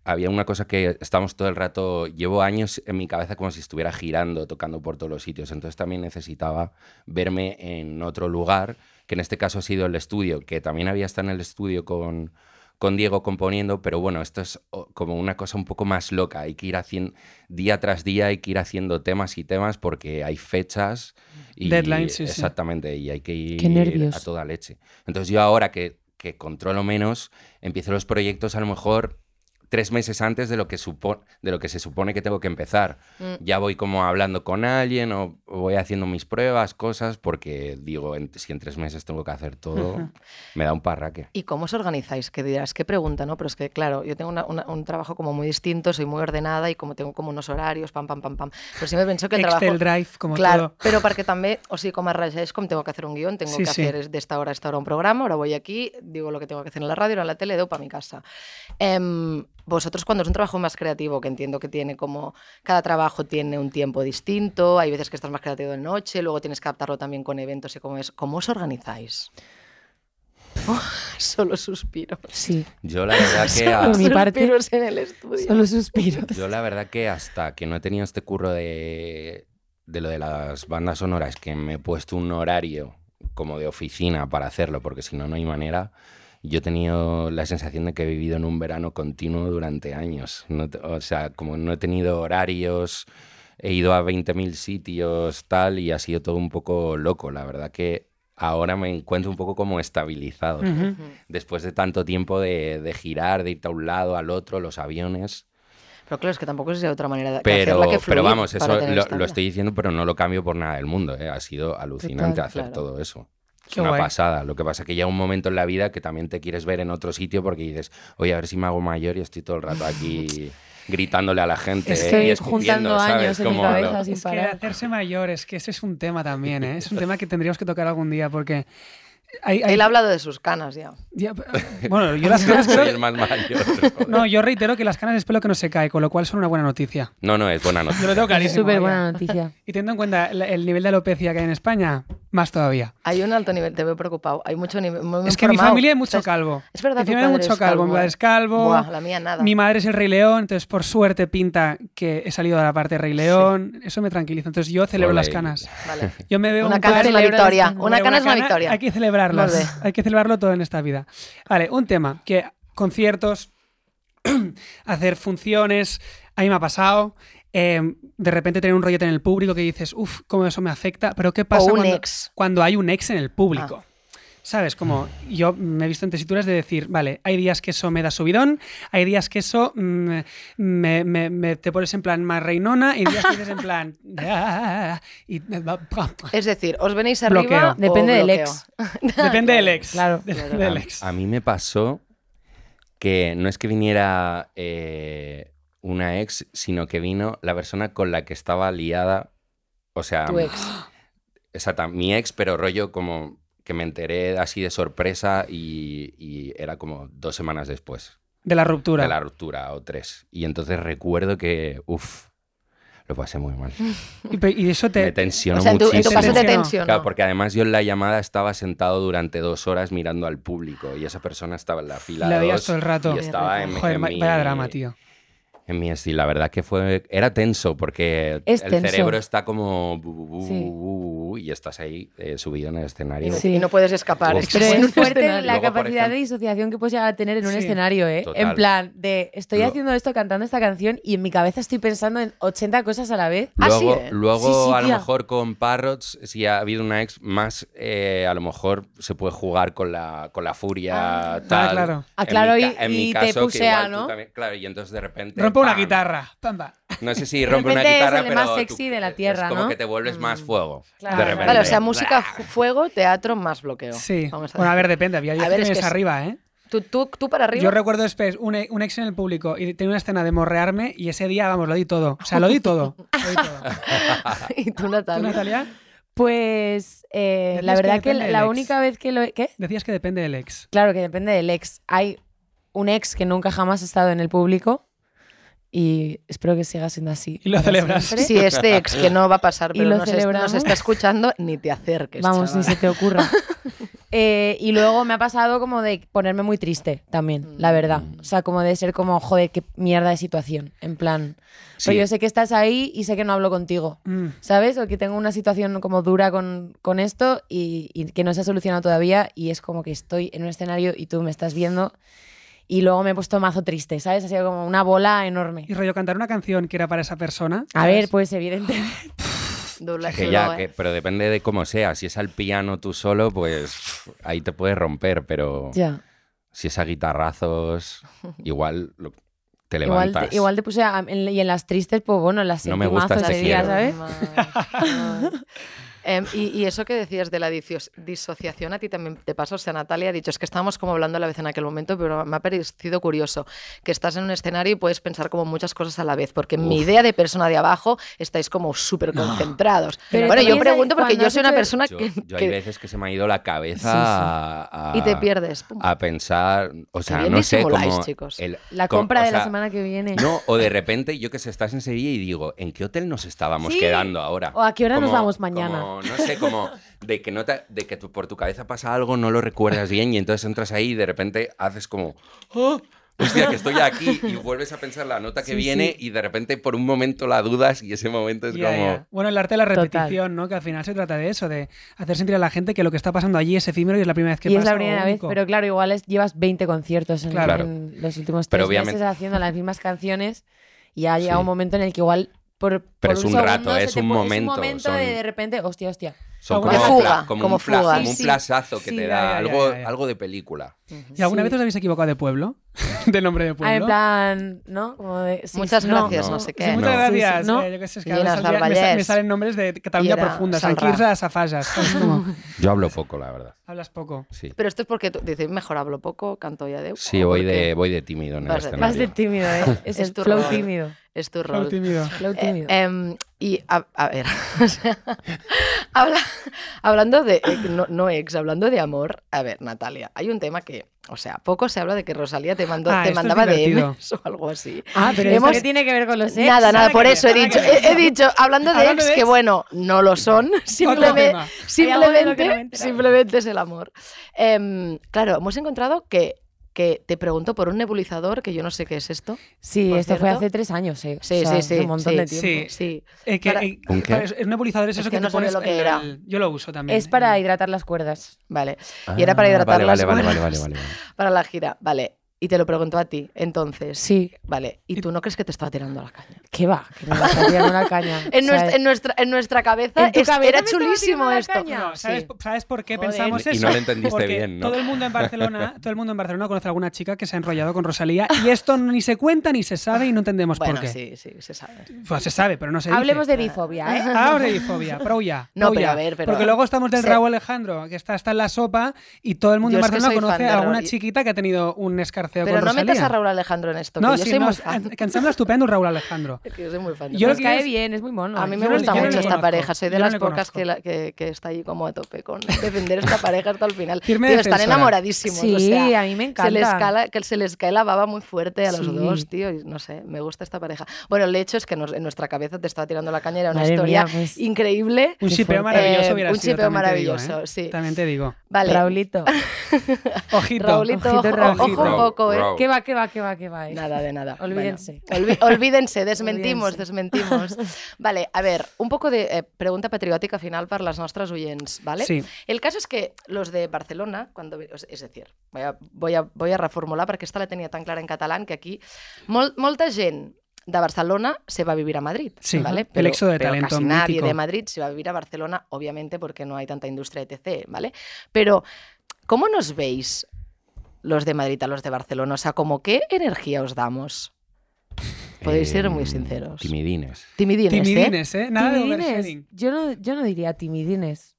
S6: había una cosa que estamos todo el rato, llevo años en mi cabeza como si estuviera girando, tocando por todos los sitios, entonces también necesitaba verme en otro lugar, que en este caso ha sido el estudio, que también había estado en el estudio con, con Diego componiendo, pero bueno, esto es o- como una cosa un poco más loca, hay que ir haciendo, día tras día hay que ir haciendo temas y temas porque hay fechas y
S3: Deadlines, sí, sí.
S6: exactamente, y hay que ir
S5: Qué nervios.
S6: a toda leche. Entonces yo ahora que, que controlo menos, empiezo los proyectos a lo mejor tres meses antes de lo que, supo- de lo que se supone que tengo que empezar.
S2: Mm.
S6: Ya voy como hablando con alguien o voy haciendo mis pruebas, cosas, porque digo, en- si en tres meses tengo que hacer todo, me da un parraque.
S2: ¿Y cómo os organizáis? Que dirás, qué pregunta, ¿no? Pero es que, claro, yo tengo una- una- un trabajo como muy distinto, soy muy ordenada y como tengo como unos horarios, pam, pam, pam, pam. Pero siempre penso que el
S3: Excel
S2: trabajo...
S3: Drive, como
S2: claro,
S3: todo.
S2: pero perquè també, o sigui, com a regeix, com tengo que hacer un guión, tengo
S3: Sí,
S2: que
S3: sí.
S2: hacer es de esta hora a esta hora un programa, ahora voy aquí, digo lo que tengo que hacer en la radio, ahora en la tele, deu para mi casa. Em, vosotros cuando es un trabajo más creativo, que entiendo que tiene como, cada trabajo tiene un tiempo distinto, hay veces que estás más creativo de noche, luego tienes que adaptarlo también con eventos y cómo es, ¿cómo os organizáis? [laughs] Oh, Solo suspiros.
S5: Sí, [laughs]
S6: Yo la verdad que... a-
S5: Por mi parte-
S2: suspiros en el estudio.
S5: solo suspiros.
S6: Yo la verdad que hasta que no he tenido este curro de, de lo de las bandas sonoras, que me he puesto un horario como de oficina para hacerlo, porque si no, no hay manera, yo he tenido la sensación de que he vivido en un verano continuo durante años. No te- o sea, como no he tenido horarios, he ido a 20.000 sitios, tal, y ha sido todo un poco loco. La verdad que ahora me encuentro un poco como estabilizado
S3: Ujú.
S6: después de tanto tiempo de, de girar, de irte a un lado, al otro, los aviones.
S2: Pero claro, es que tampoco es de otra manera de- que
S6: Pero,
S2: hacerla que fluir
S6: pero vamos,
S2: para
S6: eso
S2: tener
S6: lo,
S2: esta
S6: lo
S2: vida.
S6: estoy diciendo, pero no lo cambio por nada del mundo. ¿eh? Ha sido alucinante
S5: Total,
S6: hacer
S2: claro.
S6: todo eso. Es
S3: Qué
S6: una
S3: guay.
S6: pasada. Lo que pasa es que llega un momento en la vida que también te quieres ver en otro sitio porque dices, oye, a ver si me hago mayor y estoy todo el
S5: [laughs]
S6: rato aquí gritándole a la gente ¿eh?
S5: Estoy
S6: y escupiendo,
S5: juntando
S6: ¿sabes?
S5: años en mi
S6: Como lo-
S5: cabeza sin
S3: Es que
S5: parar.
S3: hacerse mayores, que ese es un tema también, ¿eh? Es un tema que tendríamos que tocar algún día porque... Hay, hay-
S2: Él ha hablado de sus canas ya.
S3: ya- [laughs] bueno, yo las canas
S6: [laughs] [laughs] Soy el
S3: creo-
S6: más
S3: [laughs]
S6: mayor.
S3: No, yo reitero que las canas espero que no se cae, con lo cual son una buena noticia.
S6: No, no, es buena
S3: Yo lo
S6: noticia.
S3: tengo
S5: Es
S3: clarísimo. vaya.
S5: súper buena noticia.
S3: Y teniendo en cuenta la- el nivel de alopecia que hay en España, más todavía.
S2: Hay un alto nivel, te veo preocupado. Hay mucho nivel. muy
S3: Es que en mi
S2: informado.
S3: familia hay mucho
S2: ¿Sabes?
S3: calvo.
S2: Es verdad,
S3: Mi
S2: tu
S3: familia hay
S2: padre
S3: mucho
S2: es
S3: calvo. Mi
S2: calvo,
S3: padre
S2: ¿eh?
S3: es calvo.
S2: Buah, la mía nada.
S3: Mi madre es el Rey León, entonces por suerte pinta que he salido de la parte de Rey León. Eso me tranquiliza. Entonces yo celebro
S6: Ole.
S3: las canas.
S2: Vale.
S3: Yo me veo
S2: Una
S3: un
S2: cana
S3: par-
S2: es una
S5: celebro las
S2: victoria.
S5: canas.
S2: Una
S3: Hombre,
S2: cana es una
S3: cana
S2: victoria.
S3: Hay que
S2: Molt
S3: celebrarlas.
S2: bé.
S3: Hay que celebrarlo todo en esta vida. Vale, un tema que conciertos, hacer funciones, a mí me ha pasado. eh, de repente tener un rollete en el público que dices, uff, cómo eso me afecta, pero ¿qué pasa
S2: un
S3: cuando,
S2: ex. Ah.
S3: cuando hay un ex en el público? ¿Sabes? Como yo me he visto en tesituras de decir, vale, hay días que eso me da subidón, hay días que eso mm, me, me- me- te pones en plan más reinona, y días que dices en plan. [laughs] "Ah", y,
S2: Es decir, os venéis
S3: Bloqueo.
S2: arriba. o
S5: Depende del
S2: bloqueo?
S5: ex.
S3: [laughs] depende del ex.
S5: Claro.
S3: Depende
S6: A-
S3: del ex.
S6: A, mí me pasó que no es que viniera eh, una ex, sino que vino la persona con la que estaba liada. O sea,
S5: Tu ex.
S6: [gasps] exacta, mi ex, pero rollo como que me enteré así de sorpresa y, y era como dos semanas después
S3: De la ruptura.
S6: de la ruptura o tres. Y entonces recuerdo que, uff, lo pasé muy mal.
S3: Y, pe- y eso
S6: Me
S3: te.
S6: tensionó
S2: O sea, en tu, en tu
S6: muchísimo.
S2: caso te
S3: Tensionó.
S2: tensionó.
S6: Claro, porque además yo en la llamada estaba sentado durante dos horas mirando al público y esa persona estaba en la fila
S3: Y la
S6: dos
S3: veías todo el rato.
S6: y estaba en,
S3: Joder,
S6: en
S3: ma-
S6: mi,
S3: vaya drama, tío.
S6: en mi estilo. La verdad que fue era tenso porque
S5: Es
S6: el
S5: tenso.
S6: cerebro está como bu, bu, bu,
S5: Sí.
S6: bu, bu, bu, y estás ahí eh, subido en el escenario.
S5: Sí.
S2: Y no puedes escapar.
S6: Uf.
S2: es que
S5: Pero
S6: Sí.
S2: en un
S5: es fuerte
S2: escenario.
S5: la
S6: Luego, por
S5: capacidad de
S6: ejemplo-
S5: disociación que puedes llegar a tener en un
S3: Sí.
S5: escenario, ¿eh?
S6: Total.
S5: En plan, de estoy
S6: Lo-
S5: haciendo esto, cantando esta canción y en mi cabeza estoy pensando en 80 cosas a la vez.
S2: Ah, sí,
S6: Luego,
S2: ¿eh?
S6: luego
S5: Sí, sí,
S6: a lo
S5: tía.
S6: mejor con Parrots, si ha habido una ex más, eh, a lo mejor se puede jugar con la, con la furia. tal.
S3: claro.
S5: Ah, claro,
S6: mi
S5: y-
S6: ca- en mi
S5: y te
S6: caso, que
S5: pusea,
S6: igual tú
S5: ¿no?
S6: también- claro, y entonces de repente.
S3: Rompo una
S6: ¡pam!
S3: guitarra. Pamba.
S6: No sé si rompe una
S5: repente es
S6: guitarra,
S5: el
S6: pero
S5: más
S6: tú-
S5: sexy de la tierra,
S6: es como
S5: ¿no? Mm.
S6: que te vuelves más fuego.
S5: Claro.
S6: de repente.
S2: Vale, o sea,
S6: [laughs]
S2: música, fu- fuego, teatro, más bloqueo.
S3: Sí.
S2: Vamos a
S3: Bueno, a
S2: decir.
S3: ver, depende. Había días
S2: A
S3: que
S2: ver, es
S3: tenías
S2: que es-
S3: arriba, ¿eh?
S2: ¿Tú, tú, tú para arriba.
S3: Yo recuerdo después un, e- un ex en el público y tenía una escena de morrearme y ese día, vamos, lo di todo. O sea, lo di todo. Lo di todo.
S2: [laughs] y tú,
S3: ¿Tú,
S2: Natalia.
S3: Natalia?
S5: Pues eh,
S3: Decías
S5: la
S3: que
S5: verdad que,
S3: depende del
S5: la
S3: ex.
S5: única vez que lo he... ¿Qué?
S3: Decías que depende del ex.
S5: Claro que depende del ex. Hay un ex que nunca jamás ha estado en el público y espero que siga siendo así.
S3: Y lo
S5: para
S3: celebras.
S5: siempre.
S2: Si es de ex, que no va a pasar,
S5: [laughs] Y
S2: pero
S5: lo
S2: nos, es-
S5: celebramos.
S2: nos está escuchando, ni te acerques.
S5: Vamos, ni
S2: chaval.
S5: se te ocurra. Eh, y luego me ha pasado como de ponerme muy triste también, la verdad. O sea, como de ser como, joder, qué mierda de situación. En plan,
S6: Sí.
S5: pero yo sé que estás ahí y sé que no hablo contigo.
S3: Mm.
S5: ¿Sabes? O que tengo una situación como dura con, con esto y, y que no se ha solucionado todavía y es como que estoy en un escenario y tú me estás viendo y luego me he puesto mazo triste, ¿sabes? Ha sido como una bola enorme.
S3: Y rollo, cantar una canción que era para esa persona.
S6: Ah,
S5: A ver, pues evidentemente. [laughs]
S2: Dobla-
S6: Que
S2: no,
S6: ya,
S2: eh.
S6: que- pero depende de cómo sea. Si es al piano tú solo, pues ahí te puedes romper, pero
S5: Ya.
S6: si es
S5: [laughs]
S6: a guitarrazos, igual lo- te
S5: Igual
S6: levantas.
S5: te, igual te puse a- en- y en las tristes, pues bueno, las
S6: No
S5: sentí
S6: me gusta
S5: mazo
S6: este
S5: ese día,
S6: quiero.
S5: ¿sabes?
S2: Madre. [laughs] Em, y, y eso que decías de la dicio- disociación, a ti también te pasa. O sea, Natalia ha dicho, es que estábamos como hablando a la vez en aquel momento, pero me ha parecido curioso que estás en un escenario y puedes pensar como muchas cosas a la vez, porque en mi
S6: Uf.
S2: idea de persona de abajo estáis como súper concentrados.
S5: Pero
S2: bueno, yo
S5: también hay-
S2: pregunto porque
S5: cuando
S2: yo
S5: has
S2: soy una
S5: hecho-
S2: persona
S5: [laughs]
S6: Yo,
S2: que,
S6: yo hay
S2: que-
S6: veces que se me ha ido la cabeza
S5: Sí, sí.
S6: A, a-
S2: y te pierdes. Pum.
S6: a pensar, o sea,
S2: bien
S6: no sé
S2: disimuláis,
S6: cómo
S2: chicos.
S5: La
S6: com-
S5: compra
S6: o
S5: de la
S6: sea,
S5: semana que viene.
S6: No, o de repente, yo que sé, estás en Sevilla y digo, ¿en qué hotel nos estábamos
S5: Sí.
S6: quedando ahora?
S5: ¿O a qué hora nos vamos mañana?
S6: como, no sé, como de que, no te- de que tu- por tu cabeza pasa algo, no lo recuerdas bien y entonces entras ahí y de repente haces como, "Oh, hostia, que estoy aquí y vuelves a pensar la nota que
S5: Sí,
S6: viene y de repente por un momento la dudas y ese momento es
S3: Ya,
S6: como...
S3: ya. Bueno, el arte de la
S5: Total.
S3: repetición, ¿no? Que al final se trata de eso, de hacer sentir a la gente que lo que está pasando allí es efímero y es la primera vez que
S5: Y
S3: pasa.
S5: es la
S3: o
S5: primera vez,
S3: único.
S5: pero claro, igual es- llevas 20 conciertos en,
S3: Claro.
S5: en los últimos tres
S6: Pero obviamente-
S5: meses haciendo las mismas canciones y ha llegado
S6: Sí.
S5: un momento en el que igual por, por
S6: es
S5: un,
S6: un
S5: segundo
S6: rato,
S5: se
S6: es
S5: te
S6: un
S5: po-
S6: momento,
S5: momento de,
S6: son-
S5: de repente, hostia, hostia.
S6: Son
S3: Alguna
S6: como,
S2: fuga,
S6: fla- como
S2: como
S6: un fla-
S2: fuga.
S6: como un
S5: Sí, sí.
S6: flasazo que
S3: Sí,
S6: te
S3: ya,
S6: da
S3: ya, ya,
S6: algo,
S3: ya.
S6: algo de película.
S3: ¿Y alguna
S5: Sí.
S3: vez os habéis equivocado de pueblo? [laughs] ¿De nombre de
S5: Ah,
S3: pueblo?
S5: en plan, ¿no? Como de, sí,
S2: Muchas
S5: no.
S2: gracias, no,
S6: no.
S2: sé
S3: Sí,
S2: qué.
S3: muchas
S6: No.
S3: gracias.
S5: Sí, sí, no.
S3: Eh, yo qué sé, es que ahora
S2: Llenas
S3: me saldría- me, sa-
S2: Vallès.
S3: me salen nombres de Cataluña
S2: Llera,
S3: profunda, Sant
S2: Salrà.
S3: Quirze de Safajas.
S6: Yo hablo poco, la verdad.
S3: Hablas poco.
S6: Sí,
S2: Pero esto es porque tú dices, mejor hablo poco, canto y adeu.
S6: sí
S2: ¿o
S6: voy,
S2: por qué?
S6: de, voy de tímido en el
S2: Vas de-
S5: Más
S6: escenario.
S5: de tímido,
S6: [laughs]
S5: ¿eh? Es,
S2: Es
S5: el
S2: tu
S5: flow
S2: rol.
S5: tímido.
S2: Es tu
S3: Hablo
S2: rol.
S3: tímido.
S5: Flow
S2: Eh,
S5: tímido.
S2: em, y a, a ver, [laughs] o sea, habla- hablando de, eh, no, no ex, hablando de amor, a ver, Natalia, hay un tema que, o sea, poco se habla de que Rosalía te, mandó,
S3: Ah,
S2: te
S3: esto es
S2: mandaba
S3: divertido.
S2: DMs [laughs] o algo así.
S5: ah, pero
S2: hemos-
S5: ¿esto
S3: este
S5: qué tiene que ver con los Pues ex?
S2: nada, nada,
S3: que
S2: por
S3: ver,
S2: eso he
S3: nada
S2: dicho,
S3: que ver.
S2: he, he dicho, hablando de
S3: Hablando
S2: ex,
S3: de
S2: que
S3: ex.
S2: bueno, no lo [laughs] son, simplemente,
S3: tema.
S5: Hay algo de lo que no me
S2: simplemente,
S5: he enterado.
S2: simplemente es el amor. Em, claro, hemos encontrado que, que te pregunto por un nebulizador, que yo no sé qué es esto.
S5: Sí,
S2: Por
S5: esto fue
S2: cierto.
S5: hace tres años, ¿eh? O
S2: Sí,
S5: sea,
S2: sí,
S5: hace
S2: sí,
S5: Un montón
S2: sí.
S5: de tiempo.
S3: Sí.
S2: Sí,
S3: Eh, que-
S2: Para-
S3: eh,
S6: ¿Un qué?
S3: para- es- un nebulizador es
S2: Es
S3: eso
S2: que
S3: que,
S2: no
S3: te
S2: sabía
S3: pones
S2: lo que
S3: en
S2: era.
S3: el- Yo lo uso también.
S5: Es para
S3: eh.
S5: hidratar las cuerdas.
S2: vale. Y era para
S6: Ah,
S2: hidratar
S6: vale,
S2: las
S6: vale, vale,
S2: cuerdas.
S6: vale, vale, vale.
S2: Para la gira, vale. Y te lo pregunto a ti, entonces.
S5: Sí.
S2: Vale, ¿y tú no crees que te estaba tirando a la caña?
S5: ¿Qué va? Que me vas a tirar una [laughs] caña.
S2: En,
S5: O sea,
S2: nuestra, en, nuestra, en nuestra cabeza,
S5: en tu
S2: es-
S5: cabeza
S2: era
S5: me estaba
S2: chulísimo
S5: tirando la
S2: esto.
S5: caña.
S3: No, ¿sabes,
S2: Sí.
S3: ¿Sabes por qué
S2: Joder.
S3: pensamos
S6: Y- y
S3: eso?
S6: no lo entendiste
S3: Porque
S6: bien, ¿no?
S3: Todo el mundo en
S6: [laughs]
S3: Barcelona, todo el mundo en Barcelona conoce a alguna chica que se ha enrollado con Rosalía y esto ni se cuenta ni se sabe y no entendemos
S2: Bueno,
S3: por qué.
S2: sí, sí, se sabe.
S3: Pues se sabe, pero no se
S5: Hablemos
S3: dice.
S5: de bifobia, [laughs] ¿eh?
S3: Hablemos de
S2: [laughs]
S3: bifobia, pro ya.
S2: No,
S3: pro
S2: pero
S3: ya.
S2: a ver, pero-
S3: Porque luego estamos del
S2: Se-
S3: Raúl Alejandro, que está, está en la sopa y todo el mundo
S2: Yo
S3: en
S2: es que soy
S3: Barcelona
S2: fan
S3: conoce
S2: de
S3: a alguna
S2: Raúl.
S3: chiquita que ha tenido un escarceo
S2: Pero
S3: con
S2: no
S3: Rosalía.
S2: metas a Raúl Alejandro en esto, que
S3: No,
S2: yo
S3: sí,
S2: soy
S3: no,
S2: muy
S3: es-
S2: fan.
S3: que ensambla estupendo el
S2: [laughs]
S3: Raúl Alejandro.
S2: Que yo soy muy fan de Raúl.
S3: Yo lo
S5: Nos
S3: que
S5: cae
S3: es-
S5: bien, es muy mono.
S2: A mí
S5: ¿eh?
S2: me
S3: yo no le-
S2: gusta
S3: yo no le
S2: mucho esta
S3: conozco.
S2: pareja, soy de
S3: Yo no
S2: las
S3: le
S2: pocas
S3: conozco.
S2: que, la- que, que está ahí como a tope con [laughs] defender esta pareja hasta el final.
S3: Firme
S2: Tío, están
S3: defensora.
S2: enamoradísimos.
S5: Sí,
S2: o sea,
S5: a mí me
S2: Se les,
S5: encanta.
S2: cala- que se les cae la baba muy fuerte a los
S5: Sí.
S2: dos, tío. Y no sé, me gusta esta pareja. Bueno, el hecho es que nos- en nuestra cabeza te estaba tirando la caña, era una
S5: Madre
S2: historia
S5: mía, pues.
S2: increíble.
S3: Un
S5: Qué
S3: chipeo
S5: fuerte.
S3: maravilloso
S2: Eh,
S3: hubiera
S2: un
S3: sido,
S2: chipeo
S3: también te digo,
S2: maravilloso,
S3: ¿eh?
S2: sí.
S3: También te digo.
S2: Vale.
S5: Raulito.
S3: Ojito.
S2: Raulito,
S5: Ojito,
S2: ojo,
S5: Raulito.
S2: ojo un
S6: Raúl,
S2: poco, ¿eh?
S6: Raúl.
S5: ¿Qué va, qué va, qué va, qué va? eh?
S2: Nada de nada.
S5: [laughs] Olvídense.
S2: Bueno, olvi- olvídense, desmentimos,
S5: Olvídense.
S2: desmentimos. Vale, a ver, un poco de eh, pregunta patriòtica final per les nostres oients, ¿vale?
S3: Sí.
S2: El caso es que los de Barcelona, cuando ve- o sea, es decir, voy a, voy a, voy a reformular perquè esta la tenia tan clara en catalán que aquí mol, molta gent de Barcelona se va a vivir a Madrid,
S3: Sí,
S2: ¿vale?
S3: el éxodo de
S2: pero
S3: talento
S2: casi nadie
S3: mítico.
S2: de Madrid se va a vivir a Barcelona, obviamente, porque no hay tanta industria etc, ¿vale? Pero, ¿cómo nos veis los de Madrid a los de Barcelona? O sea, ¿cómo qué energía os damos? Podéis ser muy
S6: Em,
S2: sinceros.
S6: Timidines.
S2: Timidines, ¿eh?
S3: Timidines, ¿eh? Nada de
S5: Timidines.
S3: oversharing.
S5: Yo no, yo no diría timidines.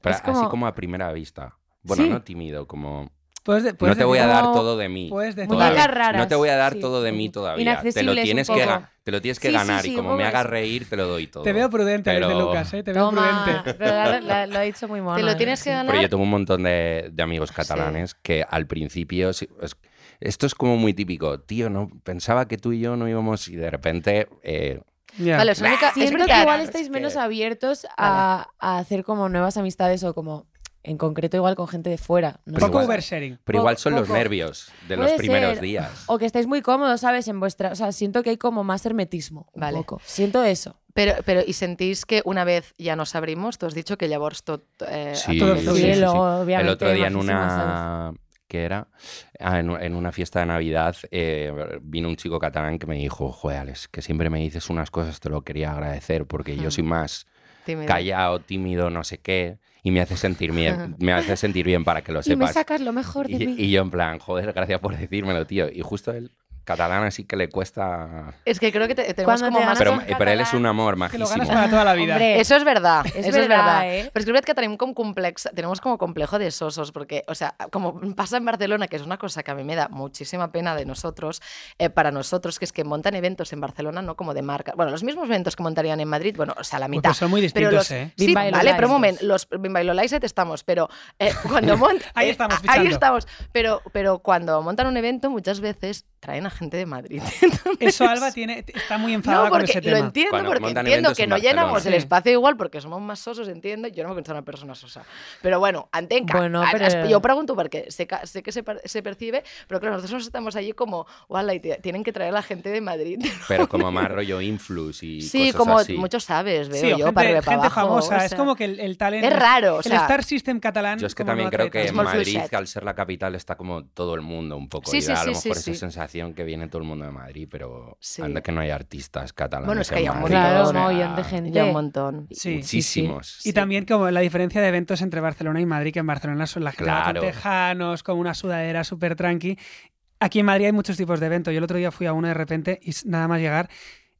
S6: Pero
S5: Es como-
S6: Así como a primera vista. Bueno,
S5: Sí.
S6: no tímido, como...
S3: Puedes de-
S6: No
S3: puedes
S6: te voy a
S3: decir-
S6: dar
S5: como-
S6: todo de mí.
S3: puedes decir-
S6: todavía.
S5: Muñecas raras.
S6: No te voy a dar
S5: Sí.
S6: todo de mí todavía. Te lo
S5: Inaccesibles un
S6: tienes que,
S5: poco.
S6: ga- te lo tienes que
S5: Sí, sí,
S6: ganar
S5: sí,
S6: y
S5: un
S6: como
S5: poco
S6: me hagas
S5: eso.
S6: reír, te lo doy todo.
S3: Te veo prudente
S6: Pero-
S3: desde Lucas, ¿eh? Te veo
S5: Toma,
S3: prudente.
S5: pero la- la- [laughs] lo ha dicho muy mono.
S2: Te lo
S5: eh,
S2: tienes que
S5: sí.
S2: ganar.
S6: Pero yo tengo un montón de, de amigos catalanes que al principio... sí, es- esto es como muy típico. Tío, no pensaba que tú y yo no íbamos y de repente... eh,
S3: Ya.
S2: Vale, és una mica... és
S5: Siento que
S2: veritat.
S5: igual
S6: es
S5: estáis
S6: que-
S5: menos abiertos a, a hacer como nuevas amistades o como, en concreto, igual con gente de fuera.
S2: pues
S5: no
S6: Pero
S5: sé.
S3: Poco
S6: igual-
S3: oversharing.
S6: pero igual son los
S5: Poco.
S6: nervios de los
S5: Puede
S6: primeros
S5: ser.
S6: días.
S5: O que estáis muy cómodos, ¿sabes? En vuestra. O sea, siento que hay como más hermetismo. Un
S2: Vale.
S5: poco. Siento eso.
S2: Pero, pero, ¿y sentís que una vez ya nos abrimos? Tú has dicho que llavors tot... Eh,
S6: Sí,
S2: a tope
S6: sí,
S2: fluye.
S6: sí, sí.
S5: luego, obviamente,
S6: El otro día en
S5: majísimo,
S6: una... ¿Qué era? Ah, en, en una fiesta de Navidad eh, vino un chico catalán que me dijo, joder, Alex, que siempre me dices unas cosas, te lo quería agradecer porque yo soy más
S2: Tímido.
S6: callado, tímido, no sé qué, y me hace sentir bien, me hace sentir bien para que lo
S5: Y me
S6: sepas.
S5: sacas lo mejor de
S6: Y,
S5: mí.
S6: y yo en plan, joder, gracias por decírmelo, tío. Y justo el catalán así que le cuesta...
S2: Es que creo que te- tenemos
S5: Cuando
S2: como
S5: te
S2: más...
S5: ganas
S6: Pero,
S5: un
S6: eh, pero él es
S5: catalán
S6: un amor
S3: Que lo
S6: majísimo.
S3: ganas para toda la vida.
S5: Hombre,
S2: Eso es verdad,
S5: Es
S2: eso es
S5: verdad,
S2: verdad.
S5: eh.
S2: Pero es que creo que tenemos como complex, tenemos como complejo de sosos, porque, o sea, como pasa en Barcelona, que es una cosa que a mí me da muchísima pena de nosotros, eh, para nosotros, que es que montan eventos en Barcelona, no como de marca. Bueno, los mismos eventos que montarían en Madrid, bueno, o sea, la
S3: Pues,
S2: mitad.
S3: son muy
S2: pero
S3: distintos,
S2: los,
S3: ¿eh?
S2: Sí,
S5: Bimba y
S2: vale, pero un
S5: Lolais,
S2: momento, los Bimba y Lolais ahí estamos, pero
S3: [laughs]
S2: eh, cuando montan...
S3: Ahí estamos,
S2: ahí
S3: fichando.
S2: estamos, pero, pero cuando montan un evento muchas veces traen a gente de Madrid. [laughs] Entonces,
S3: Eso Alba tiene, está muy
S2: Pues no,
S3: enfadada con
S2: porque
S3: ese
S2: lo
S3: tema.
S2: entiendo,
S6: Cuando
S2: porque
S6: montan
S2: entiendo
S6: eventos
S2: que
S6: en
S2: no llenamos el
S6: Barcelona.
S2: espacio igual porque somos más sosos, entiendo. Jo no me considero una persona sosa. Pero bueno, entenc que...
S5: Bueno,
S2: a-
S5: pero-
S2: es- Yo pregunto porque sé que, sé que se, per- se percibe, pero claro, nosotros estamos allí como, "Uala, y te- tienen que traer a la gente de Madrid.
S6: Pero como más rollo influx y
S2: Sí,
S6: cosas
S2: como
S6: así.
S2: muchos sabes, veo
S3: Sí, o
S2: yo,
S3: gente,
S2: para arriba,
S3: gente
S2: para abajo,
S3: famosa.
S2: o
S3: es
S2: sea.
S3: como que el, el talento.
S2: Es raro, o sea.
S3: El Star System catalán.
S6: Yo es que
S3: como
S6: también
S3: no
S6: creo
S3: atleta.
S6: que
S2: Es
S6: en
S2: molt
S6: Madrid,
S2: fluixet.
S6: que al ser la capital, está como todo el mundo un poco.
S2: Sí,
S6: y
S2: sí,
S6: da a
S2: sí,
S6: lo
S2: sí,
S6: mejor
S2: sí.
S6: esa sensación que viene todo el mundo de Madrid, pero
S2: Sí.
S6: anda que no hay artistas catalanes.
S2: Bueno, es que
S6: en
S2: hay un
S6: Madrid,
S2: montón. ¿eh?
S5: Claro,
S6: o
S5: no,
S6: sea,
S5: y de gente.
S2: Ya un montón.
S3: Sí.
S6: Muchísimos.
S3: Y también como la diferencia de eventos entre Barcelona y Madrid, que en Barcelona son la gente va con
S6: Claro.
S3: tejanos, con una sudadera súper tranqui. Aquí en Madrid hay muchos tipos de eventos. Yo el otro día fui a uno de repente y s- nada más llegar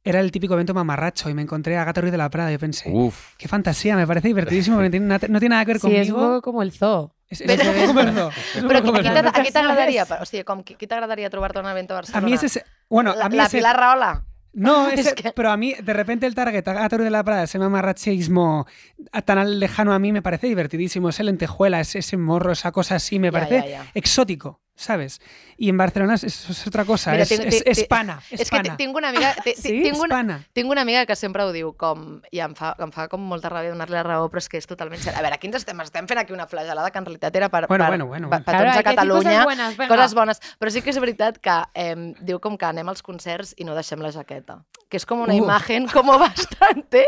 S3: era el típico evento mamarracho y me encontré a Gato Ruiz de la Prada. Yo pensé,
S6: Uf.
S3: qué fantasía, me parece divertidísimo, porque no tiene nada, no tiene nada que ver
S5: Sí, es un
S3: conmigo.
S5: poco como el zoo.
S3: Es- es
S2: [laughs]
S3: un poco verdad, es un
S2: Però
S3: poco
S2: qui
S3: verdad.
S2: t'agradaria, a qui
S5: Nunca
S2: t'agradaria, o sigui, com, qui, qui t'agradaria trobar-te un evento a
S3: A
S2: Barcelona?
S3: mí ese... es- Bueno, a mí
S2: la, la
S3: ese-
S2: Pilar Rahola.
S3: No,
S2: [laughs] Es
S3: ese-
S2: que-
S3: pero a mí, de repente, el target a Gato de la Prada, ese mamarrachismo a- tan al- lejano a mí me parece divertidísimo. Ese lentejuela, ese, ese morro, esa cosa así, me
S2: Ya,
S3: parece
S2: ya, ya.
S3: exótico, ¿sabes? Y en Barcelona es, es otra cosa,
S2: Mira,
S3: es,
S2: tengo-
S3: es-
S2: te-
S3: es
S2: te-
S3: pana. Es,
S2: És que
S3: pana.
S2: tinc una
S3: [laughs]
S2: amiga... ti- ti-
S3: Sí?
S2: Tinc una,
S3: Hispana.
S2: [laughs] tinc una amiga que sempre ho diu com, i em fa, em fa com molta ràbia donar-li la raó, però és que és totalment cert. A veure, quins estem? Estem fent aquí una flagelada que en realitat era per,
S3: Bueno,
S2: per,
S3: bueno, bueno.
S2: per, per
S5: Claro,
S2: tots
S5: hay
S2: a
S5: que decir
S2: Catalunya.
S5: cosas buenas, venga.
S2: coses bones. Però sí que és veritat que eh, diu com que anem als concerts i no deixem la jaqueta. Que és com [laughs] una
S3: Uh.
S2: imagen como bastante,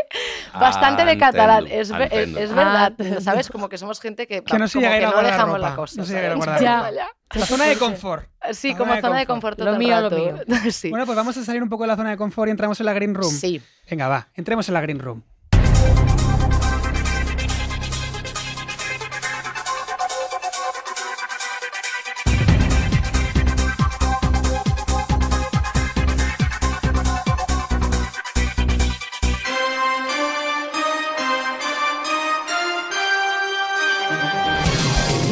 S6: Ah,
S2: bastante de
S6: Entiendo,
S2: catalán. Es, ve- es,
S6: entiendo.
S2: es verdad,
S5: Ah, entiendo.
S2: ¿sabes? Como que somos gente que,
S3: Que no se
S2: como
S3: llega a ir
S2: que
S3: a
S2: no
S3: guardar
S2: dejamos
S3: ropa,
S2: la cosa.
S3: no se llega a ir a
S2: ¿sabes?
S3: guardar Ah,
S2: Ya.
S5: ropa.
S3: La zona de confort.
S2: Sí,
S3: Zona
S2: como
S3: de
S2: zona de
S3: confort.
S2: confort todo
S5: Lo
S2: el
S5: mío, lo
S2: rato. [laughs]
S5: mío.
S2: Sí.
S3: Bueno, pues vamos a salir un poco de la zona de confort y entramos en la green room.
S2: Sí.
S3: Venga, va, entremos en la green room.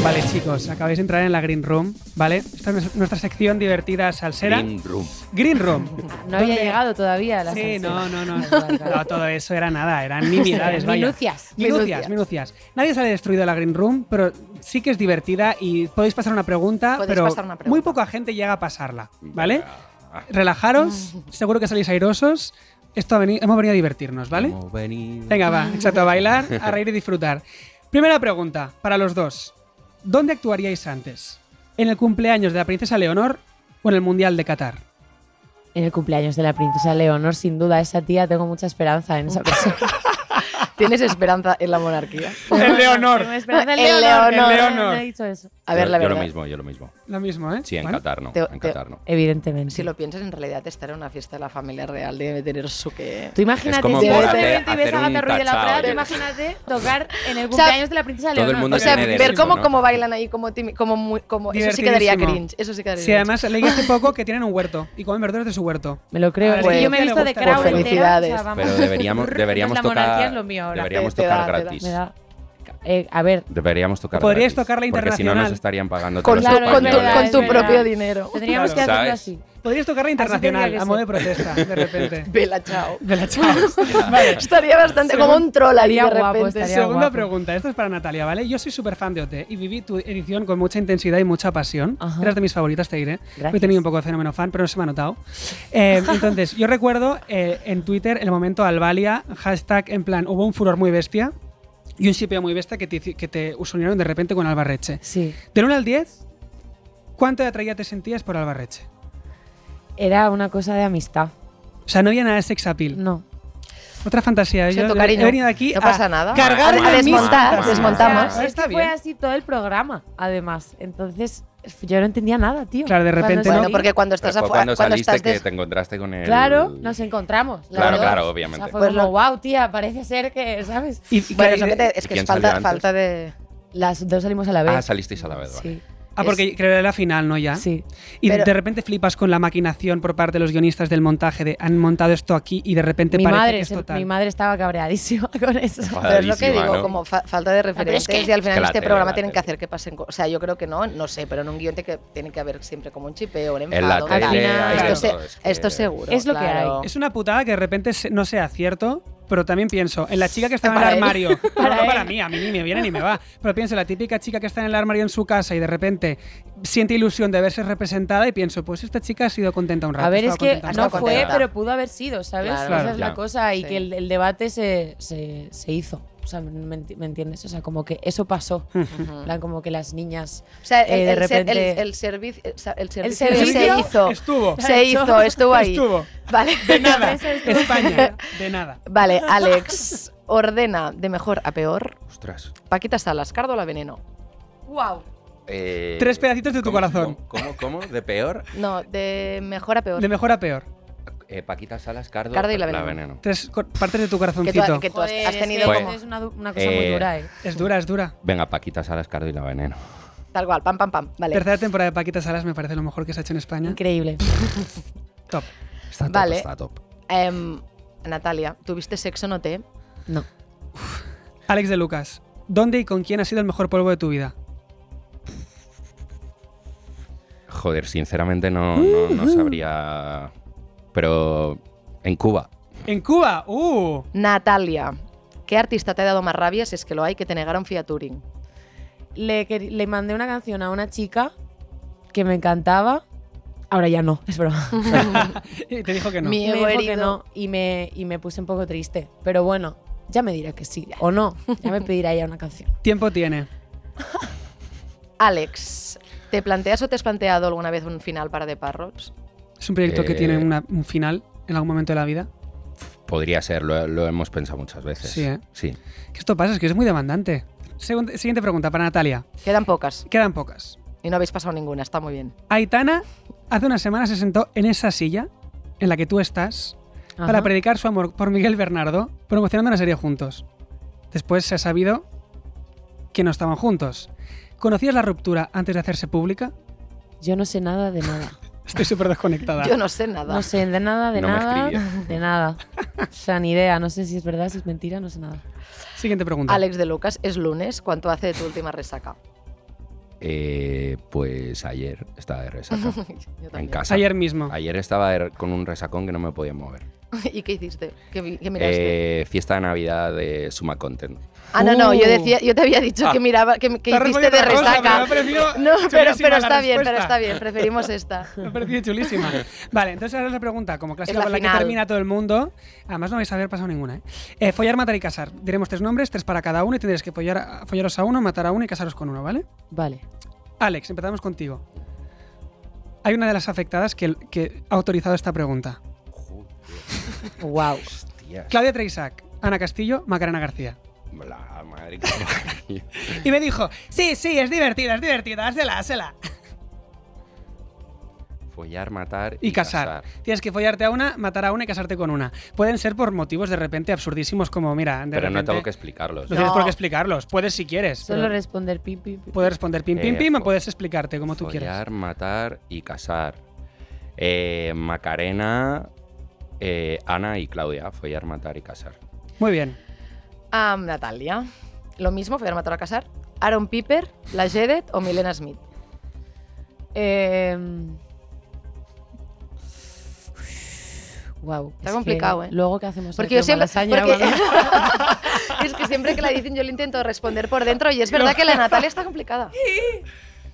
S3: Vale, chicos, acabáis de entrar en la Green Room, ¿vale? Esta es nuestra sección divertida salsera.
S6: Green Room.
S3: Green Room.
S5: No había
S3: ¿Dónde?
S5: llegado todavía a la
S3: Sí,
S5: salsera.
S3: no, no,
S2: [laughs]
S3: no.
S5: Vale, vale, vale.
S3: No, todo eso era nada, eran nimiedades, vaya.
S5: Minucias.
S3: Minucias,
S2: Minucias.
S3: minucias. Nadie sale destruido de la Green Room, pero sí que es divertida y podéis pasar una pregunta,
S2: Podéis
S3: pero
S2: pasar una pregunta.
S3: muy poca gente llega a pasarla, ¿vale?
S2: [laughs]
S3: Relajaros, seguro que salís airosos. Esto ha veni- hemos venido a divertirnos, ¿vale?
S6: Hemos venido.
S2: [laughs]
S3: Venga, va, exacto, a bailar, a reír y disfrutar. Primera pregunta, para los dos. ¿Dónde actuaríais antes? ¿En el cumpleaños de la princesa Leonor o en el Mundial de Qatar?
S6: [laughs]
S5: En el cumpleaños de la princesa Leonor, sin duda, esa tía tengo mucha esperanza en esa persona.
S2: Tienes esperanza en la monarquía.
S3: En Leonor.
S5: Tengo esperanza en
S2: En Leonor.
S5: Leonor. no,
S3: En
S5: no, no
S3: Leonor.
S5: he dicho eso.
S2: A ver,
S6: yo,
S2: la
S6: yo
S2: verdad.
S6: lo mismo, yo lo mismo.
S3: Lo mismo, ¿eh?
S6: Sí, en
S3: Bueno.
S6: Qatar no.
S2: Te-
S6: en
S2: te-
S6: Qatar no.
S5: Evidentemente.
S2: Si lo piensas, en realidad estar en una fiesta de la familia real debe tener su que...
S5: Tú imagínate,
S6: Es como
S5: si
S2: por
S5: de
S2: hacer-
S5: repente ves
S6: hacer
S5: a
S6: un
S5: Gata Ruiz de la
S6: tachao,
S5: Prada,
S6: yo
S5: tú
S6: qué
S5: imagínate tocar en el
S2: O sea,
S5: cumpleaños de la princesa
S6: todo el
S5: Leonor.
S6: mundo
S2: O sea,
S6: tiene
S2: ver
S6: derecho,
S2: cómo,
S6: ¿no?
S2: cómo bailan ahí, cómo, timi- cómo, mu- cómo- Eso sí que daría
S3: Divertidísimo.
S2: cringe. Eso sí que daría
S3: Sí,
S2: cringe.
S3: además leí hace
S5: [laughs]
S3: poco que tienen un huerto y comen verduras de su huerto.
S5: Me lo creo.
S3: Pues-
S5: es que yo me he visto de
S3: Pues
S5: Crown entera,
S2: felicidades.
S5: o sea, vamos.
S2: [laughs]
S6: Pero deberíamos, deberíamos
S5: La monarquía
S6: tocar.
S5: es lo mío ahora.
S6: Deberíamos
S2: Te- te
S6: tocar
S2: da, te da.
S6: gratis.
S5: Me da- Eh, a ver,
S6: Deberíamos tocar
S3: Podrías
S6: gratis,
S3: tocar la
S6: Porque si no
S3: internacional.
S6: nos estarían pagando
S2: Con,
S6: todos
S5: Claro,
S6: los
S5: es
S2: con tu,
S5: verdad,
S6: españoles.
S2: con tu
S5: es
S2: propio
S5: verdad.
S2: dinero.
S5: tendríamos
S3: Claro.
S5: que hacerlo
S6: ¿Sabes?
S5: así.
S3: Podrías tocarla
S5: tendría
S3: internacional,
S5: que
S3: a modo de
S5: ser.
S3: protesta,
S5: [laughs]
S3: de repente.
S2: Vela, chao.
S3: De la
S2: [laughs]
S3: chao.
S2: Estaría bastante como un troll ahí de
S5: Sería guapo,
S2: repente.
S5: estaría
S3: Segunda
S5: guapo.
S3: pregunta, esta es para Natalia, ¿vale? Yo soy súper fan de OT y viví tu edición con mucha intensidad y mucha pasión.
S5: Ajá.
S3: Eras de mis favoritas, te diré.
S5: Gracias.
S3: Hoy He tenido un poco de fenómeno fan, pero no se me ha notado.
S5: [laughs]
S3: Eh, entonces, yo recuerdo eh, en Twitter el momento Albalia, hashtag en plan, hubo un furor muy bestia y un shipeo muy bestia que te, hici- que te unieron de repente con Albarreche.
S5: Sí.
S3: Del 1 al 10, ¿cuánto de atraída te sentías por Albarreche?
S5: Era una cosa de amistad.
S3: O sea, no había nada de sex appeal.
S5: No.
S3: Otra fantasía.
S2: Siento
S3: Yo he
S2: cariño,
S3: venido aquí
S2: no
S3: este. a
S2: pasa nada.
S3: Cargar
S2: A
S3: en el
S2: desmontar,
S3: mixto.
S2: desmontamos.
S5: O sea, es
S3: Está
S5: que fue
S3: bien.
S5: así todo el programa, además. Entonces, yo no entendía nada, tío.
S3: Claro, de
S5: Cuando
S3: repente,
S5: salí-
S3: ¿no?
S2: Bueno, porque cuando
S6: Pero
S2: estás
S6: fue
S2: afuera,
S6: cuando
S2: cuando,
S6: saliste
S2: estás
S6: que
S2: des-
S6: te encontraste con el.
S5: Claro, nos encontramos. las
S6: Claro,
S5: dos.
S6: claro,
S5: O
S6: obviamente.
S5: sea, fue
S2: Pues
S5: como,
S2: lo-
S5: wow, tía, parece ser que, ¿sabes?
S3: Y- y
S2: Bueno,
S3: que-
S2: es, lo que te- es que
S6: quién
S2: es falta,
S6: salió antes?
S2: falta de...
S5: Las dos salimos a la vez.
S6: Ah, salisteis a la vez, vale.
S5: Sí,
S3: Ah, porque creo que era la final, ¿no? Ya.
S5: sí.
S3: Y
S2: Pero-
S3: de repente flipas con la maquinación por parte de los guionistas del montaje de han montado esto aquí y de repente
S5: Mi
S3: parece
S5: madre,
S3: que es
S5: se-
S3: total.
S5: mi madre estaba cabreadísima [laughs] con eso.
S2: Pero es lo que
S6: Enfadadísima,
S2: digo,
S6: ¿no?
S2: como fa- falta de referentes y al final
S6: que la
S2: este
S6: tele,
S2: programa
S6: la
S2: tienen que
S6: tele.
S2: hacer que pasen co- O sea, yo creo que no, no sé, pero en un guión tiene que, tiene que haber siempre como un chipeo, un
S6: En la
S2: enfado.
S5: Al
S6: tele.
S2: tal.
S5: final-
S6: hay de
S2: esto, se-
S6: todo, es que-
S2: esto seguro.
S5: Es lo que
S2: claro.
S3: Es una putada que de repente se- no sea cierto, pero también pienso en la chica que estaba en el
S2: Para él.
S3: armario. No,
S5: Para
S3: no,
S5: él.
S3: para mí, a mí ni me viene ni me va. Pero pienso en la típica chica que está en el armario en su casa y de repente siente ilusión de verse representada y pienso, pues esta chica ha sido contenta un rato.
S5: A ver,
S3: estaba
S5: es que
S3: contenta un
S2: estado
S5: no
S3: rato.
S5: fue,
S2: contenta.
S5: pero pudo haber sido, ¿sabes?
S2: Claro.
S5: Esa es
S6: Claro.
S5: la cosa, y
S2: Sí.
S5: que el, el debate se, se- se hizo. O sea, ¿me, enti- me entiendes? O sea, como que eso pasó.
S3: [laughs]
S5: En plan, como que las niñas.
S2: O sea,
S5: eh,
S2: el,
S5: de
S2: el ser- el-
S5: repente-
S2: el servicio, el sa- el servicio
S5: servicio
S2: se hizo.
S3: Estuvo.
S2: Se hizo, estuvo ahí.
S3: Estuvo.
S2: Vale. [laughs]
S3: De nada.
S5: Eso estuvo.
S3: España. De nada. [laughs]
S2: Vale, Alex ordena de mejor a peor
S6: Ostras.
S2: Paquita Salas, Cardo la Veneno.
S5: ¡Wow!
S6: Eh,
S3: Tres pedacitos de tu
S6: ¿cómo-
S3: corazón.
S6: ¿Cómo? ¿Cómo? ¿De peor?
S2: No, de mejor a peor.
S3: De mejor a peor.
S6: Eh, Paquita Salas, Cardo,
S2: Cardo y la Veneno.
S3: Tres co- partes de
S2: que
S3: tu
S2: tú,
S3: corazoncito.
S2: que tú has- has tenido
S6: Pues-
S2: como
S5: Es una, du- una cosa muy
S6: Eh,
S5: dura, ¿eh?
S3: Es dura, es dura.
S6: Venga, Paquita Salas, Cardo y la Veneno.
S2: tal cual, pam pam pam. Vale.
S3: Tercera temporada de Paquita Salas me parece lo mejor que se ha hecho en España.
S5: Increíble.
S3: Top.
S6: Está top,
S2: Vale.
S6: está top.
S2: Em, Natalia, ¿tuviste sexo no te?
S5: No.
S3: Alex de Lucas, ¿dónde y con quién ha sido el mejor polvo de tu vida?
S6: Joder, sinceramente no,
S3: Uh,
S6: no, no sabría. Pero en Cuba.
S3: En Cuba, uh. [laughs]
S2: Natalia, ¿qué artista te ha dado más rabia si es que lo hay que te negaron Fiat Touring?
S5: Le, quer- le mandé una canción a una chica que me encantaba. Ahora ya no, es [laughs] broma.
S3: Y te dijo que no.
S2: Mi-
S5: Me
S2: Ego
S5: dijo que
S2: herido.
S5: no y me, y me puse un poco triste. Pero bueno, ya me dirá que sí o no. Ya me pedirá ella una canción.
S3: Tiempo tiene.
S2: Alex, ¿te planteas o te has planteado alguna vez un final para The Parrots?
S3: Es un proyecto que
S6: Eh.
S3: tiene una- un final en algún momento de la vida.
S6: Podría ser, lo, lo hemos pensado muchas veces.
S3: Sí, ¿eh?
S6: Sí.
S3: Que esto pasa, es que es muy demandante. Segun- siguiente pregunta para Natalia.
S2: Quedan pocas.
S3: Quedan pocas.
S2: Y no habéis pasado ninguna, está muy bien.
S3: Aitana hace una semana se sentó en esa silla en la que tú estás para
S5: Ajá.
S3: predicar su amor por Miguel Bernardo, promocionando una serie juntos. Después se ha sabido que no estaban juntos. ¿Conocías la ruptura antes de hacerse pública? [laughs]
S5: Yo no sé nada de nada.
S3: Estoy súper desconectada.
S2: Yo no sé nada.
S5: No sé de nada, de
S6: No me
S5: nada,
S6: escribía.
S5: de nada. O sea, ni idea. No sé si es verdad, si es mentira, no sé nada.
S3: Siguiente pregunta.
S2: Alex de Lucas, es lunes, ¿cuánto hace de tu última resaca?
S6: Eh, pues ayer estaba de
S2: [laughs]
S6: resaca.
S2: Yo
S6: en
S2: también.
S6: casa.
S3: Ayer mismo.
S6: Ayer estaba de- con un resacón que no me podía mover.
S2: ¿Y qué hiciste? ¿Qué, vi- qué miraste?
S6: Eh, fiesta de Navidad de Suma Content.
S2: ah, no, no, yo
S3: Uh.
S2: decía, yo te había dicho
S6: Ah.
S2: que miraba, que, que
S3: Te has
S2: hiciste de
S3: respondido otra cosa,
S2: resaca.
S3: pero me ha
S2: [laughs]
S3: parecido
S2: no, pero,
S3: chulísima
S2: pero
S3: la
S2: está bien, pero
S3: respuesta.
S2: está bien, preferimos esta.
S3: [laughs] Me ha parecido
S2: [laughs]
S3: chulísima. Vale, entonces ahora es la pregunta, como clásica
S2: la
S3: con la que
S2: final.
S3: termina todo el mundo. Además, no vais a haber pasado ninguna. ¿eh? Eh, follar, matar y casar. Diremos tres nombres, tres para cada uno y tendréis que follar, a- follaros a uno, matar a uno y casaros con uno, ¿vale?
S5: Vale.
S3: Alex, empezamos contigo. Hay una de las afectadas que, que ha autorizado esta pregunta.
S5: Wow.
S6: Hostias.
S3: Claudia Treisac, Ana Castillo, Macarena García.
S6: La madre que me parió.
S3: Y me dijo, sí, sí, es divertida, es divertida, házela, házela.
S6: [laughs] Follar, matar y,
S3: y casar. Tienes que follarte a una, matar a una y casarte con una. Pueden ser por motivos de repente absurdísimos como, mira, de
S6: Pero no
S3: repente-
S6: tengo que explicarlos.
S3: No tienes
S2: No.
S3: por qué explicarlos. Puedes si quieres.
S5: Solo
S3: pero
S5: responder pim, pim, pim.
S3: Puedes responder pim, pim,
S6: Eh,
S3: pim o
S6: fo-
S3: puedes explicarte como tú
S6: follar,
S3: quieras.
S6: matar y casar. Eh, Macarena, eh, Ana y Claudia. Follar, matar y casar.
S3: Muy bien.
S2: Ah, Natalia. Lo mismo, fue a matar a casar. Aaron Piper, la Jedet o Milena
S3: [laughs]
S2: Smith.
S5: Em, Wow.
S2: Está complicado, ¿eh?
S5: Luego, ¿qué hacemos?
S2: Porque yo siempre.
S5: Malasaña,
S2: porque-
S5: Malasaña.
S2: [laughs] es que siempre que la dicen yo le intento responder por dentro y es verdad que la Natalia está
S3: [laughs]
S2: complicada.
S5: [laughs]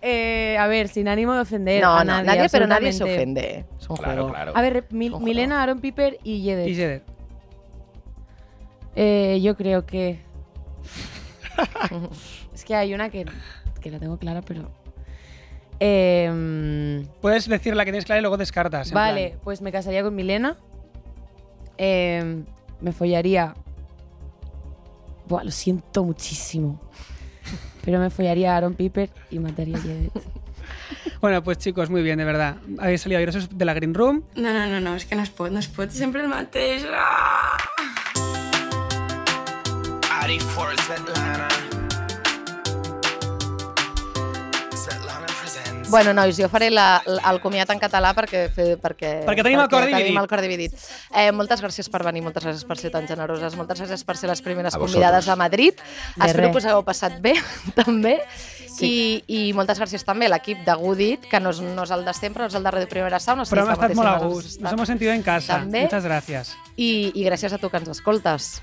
S5: Eh, a ver, sin ánimo de ofender.
S2: No,
S5: a
S2: no, nadie, pero nadie se
S5: absolutamente.
S2: ofende. ¿eh? Es un
S6: Claro,
S2: juego.
S6: claro.
S5: A ver, Mil-
S2: Ojo, no.
S5: Milena, Aaron Piper y Yedder.
S3: Y Jeder.
S5: Eh, yo creo que. [laughs] es que hay una que, que la tengo clara, pero. Eh, mm,
S3: Puedes decir la que tienes clara y luego descartas. en
S5: vale,
S3: plan.
S5: pues me casaría con Milena. Eh, me follaría. Buah, lo siento muchísimo. Pero me follaría a Aaron Piper y mataría a Yedet.
S3: Bueno, pues chicos, muy bien, de verdad. Habéis salido airosos de la Green Room.
S8: No, no, no, no, és que no es pot, no es pot, sempre el mateix. Ah!
S7: Ari for Svetlana. Svetlana presents.
S2: Bueno, nois, jo faré la, l- el comiat en català perquè... Fer, perquè,
S3: Perquè tenim el cor dividit.
S2: tenim el cor dividit. Eh, moltes gràcies per venir, moltes gràcies per ser tan generoses, moltes gràcies per ser les primeres
S6: A vosaltres.
S2: convidades a Madrid.
S5: De
S2: Espero
S5: res.
S2: que us hagueu passat bé, [laughs] també. Sí. I, I moltes gràcies també a l'equip de Goodit, que no és, no és el de sempre, no és el de Radio Primera Sound. No sé
S3: Pero
S2: si
S3: hemos estado muy a
S2: mateixa
S3: gusto.
S2: no
S3: Nos hemos sentido en casa.
S2: També.
S3: Muchas gracias.
S2: I, I gràcies a tu que ens escoltes.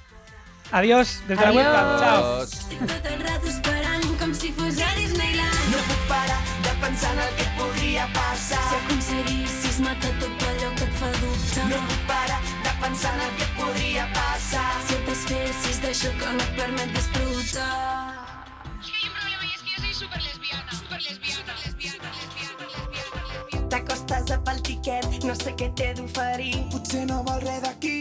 S3: Adiós, desde
S5: Adiós.
S3: la webcam. Chao.
S6: Adiós.
S4: Estic tot el rato esperant com si fos a Disneyland.
S7: No puc parar de pensar en el que podria passar.
S4: Si aconseguissis matar tot allò que et fa dubtar.
S7: No puc parar de pensar en el que podria passar.
S4: Si et desfessis d'això que no et permet disfrutar.
S7: T'acostes a pel tiquet, no sé què t'he d'oferir. Potser no vol res d'aquí,
S4: tota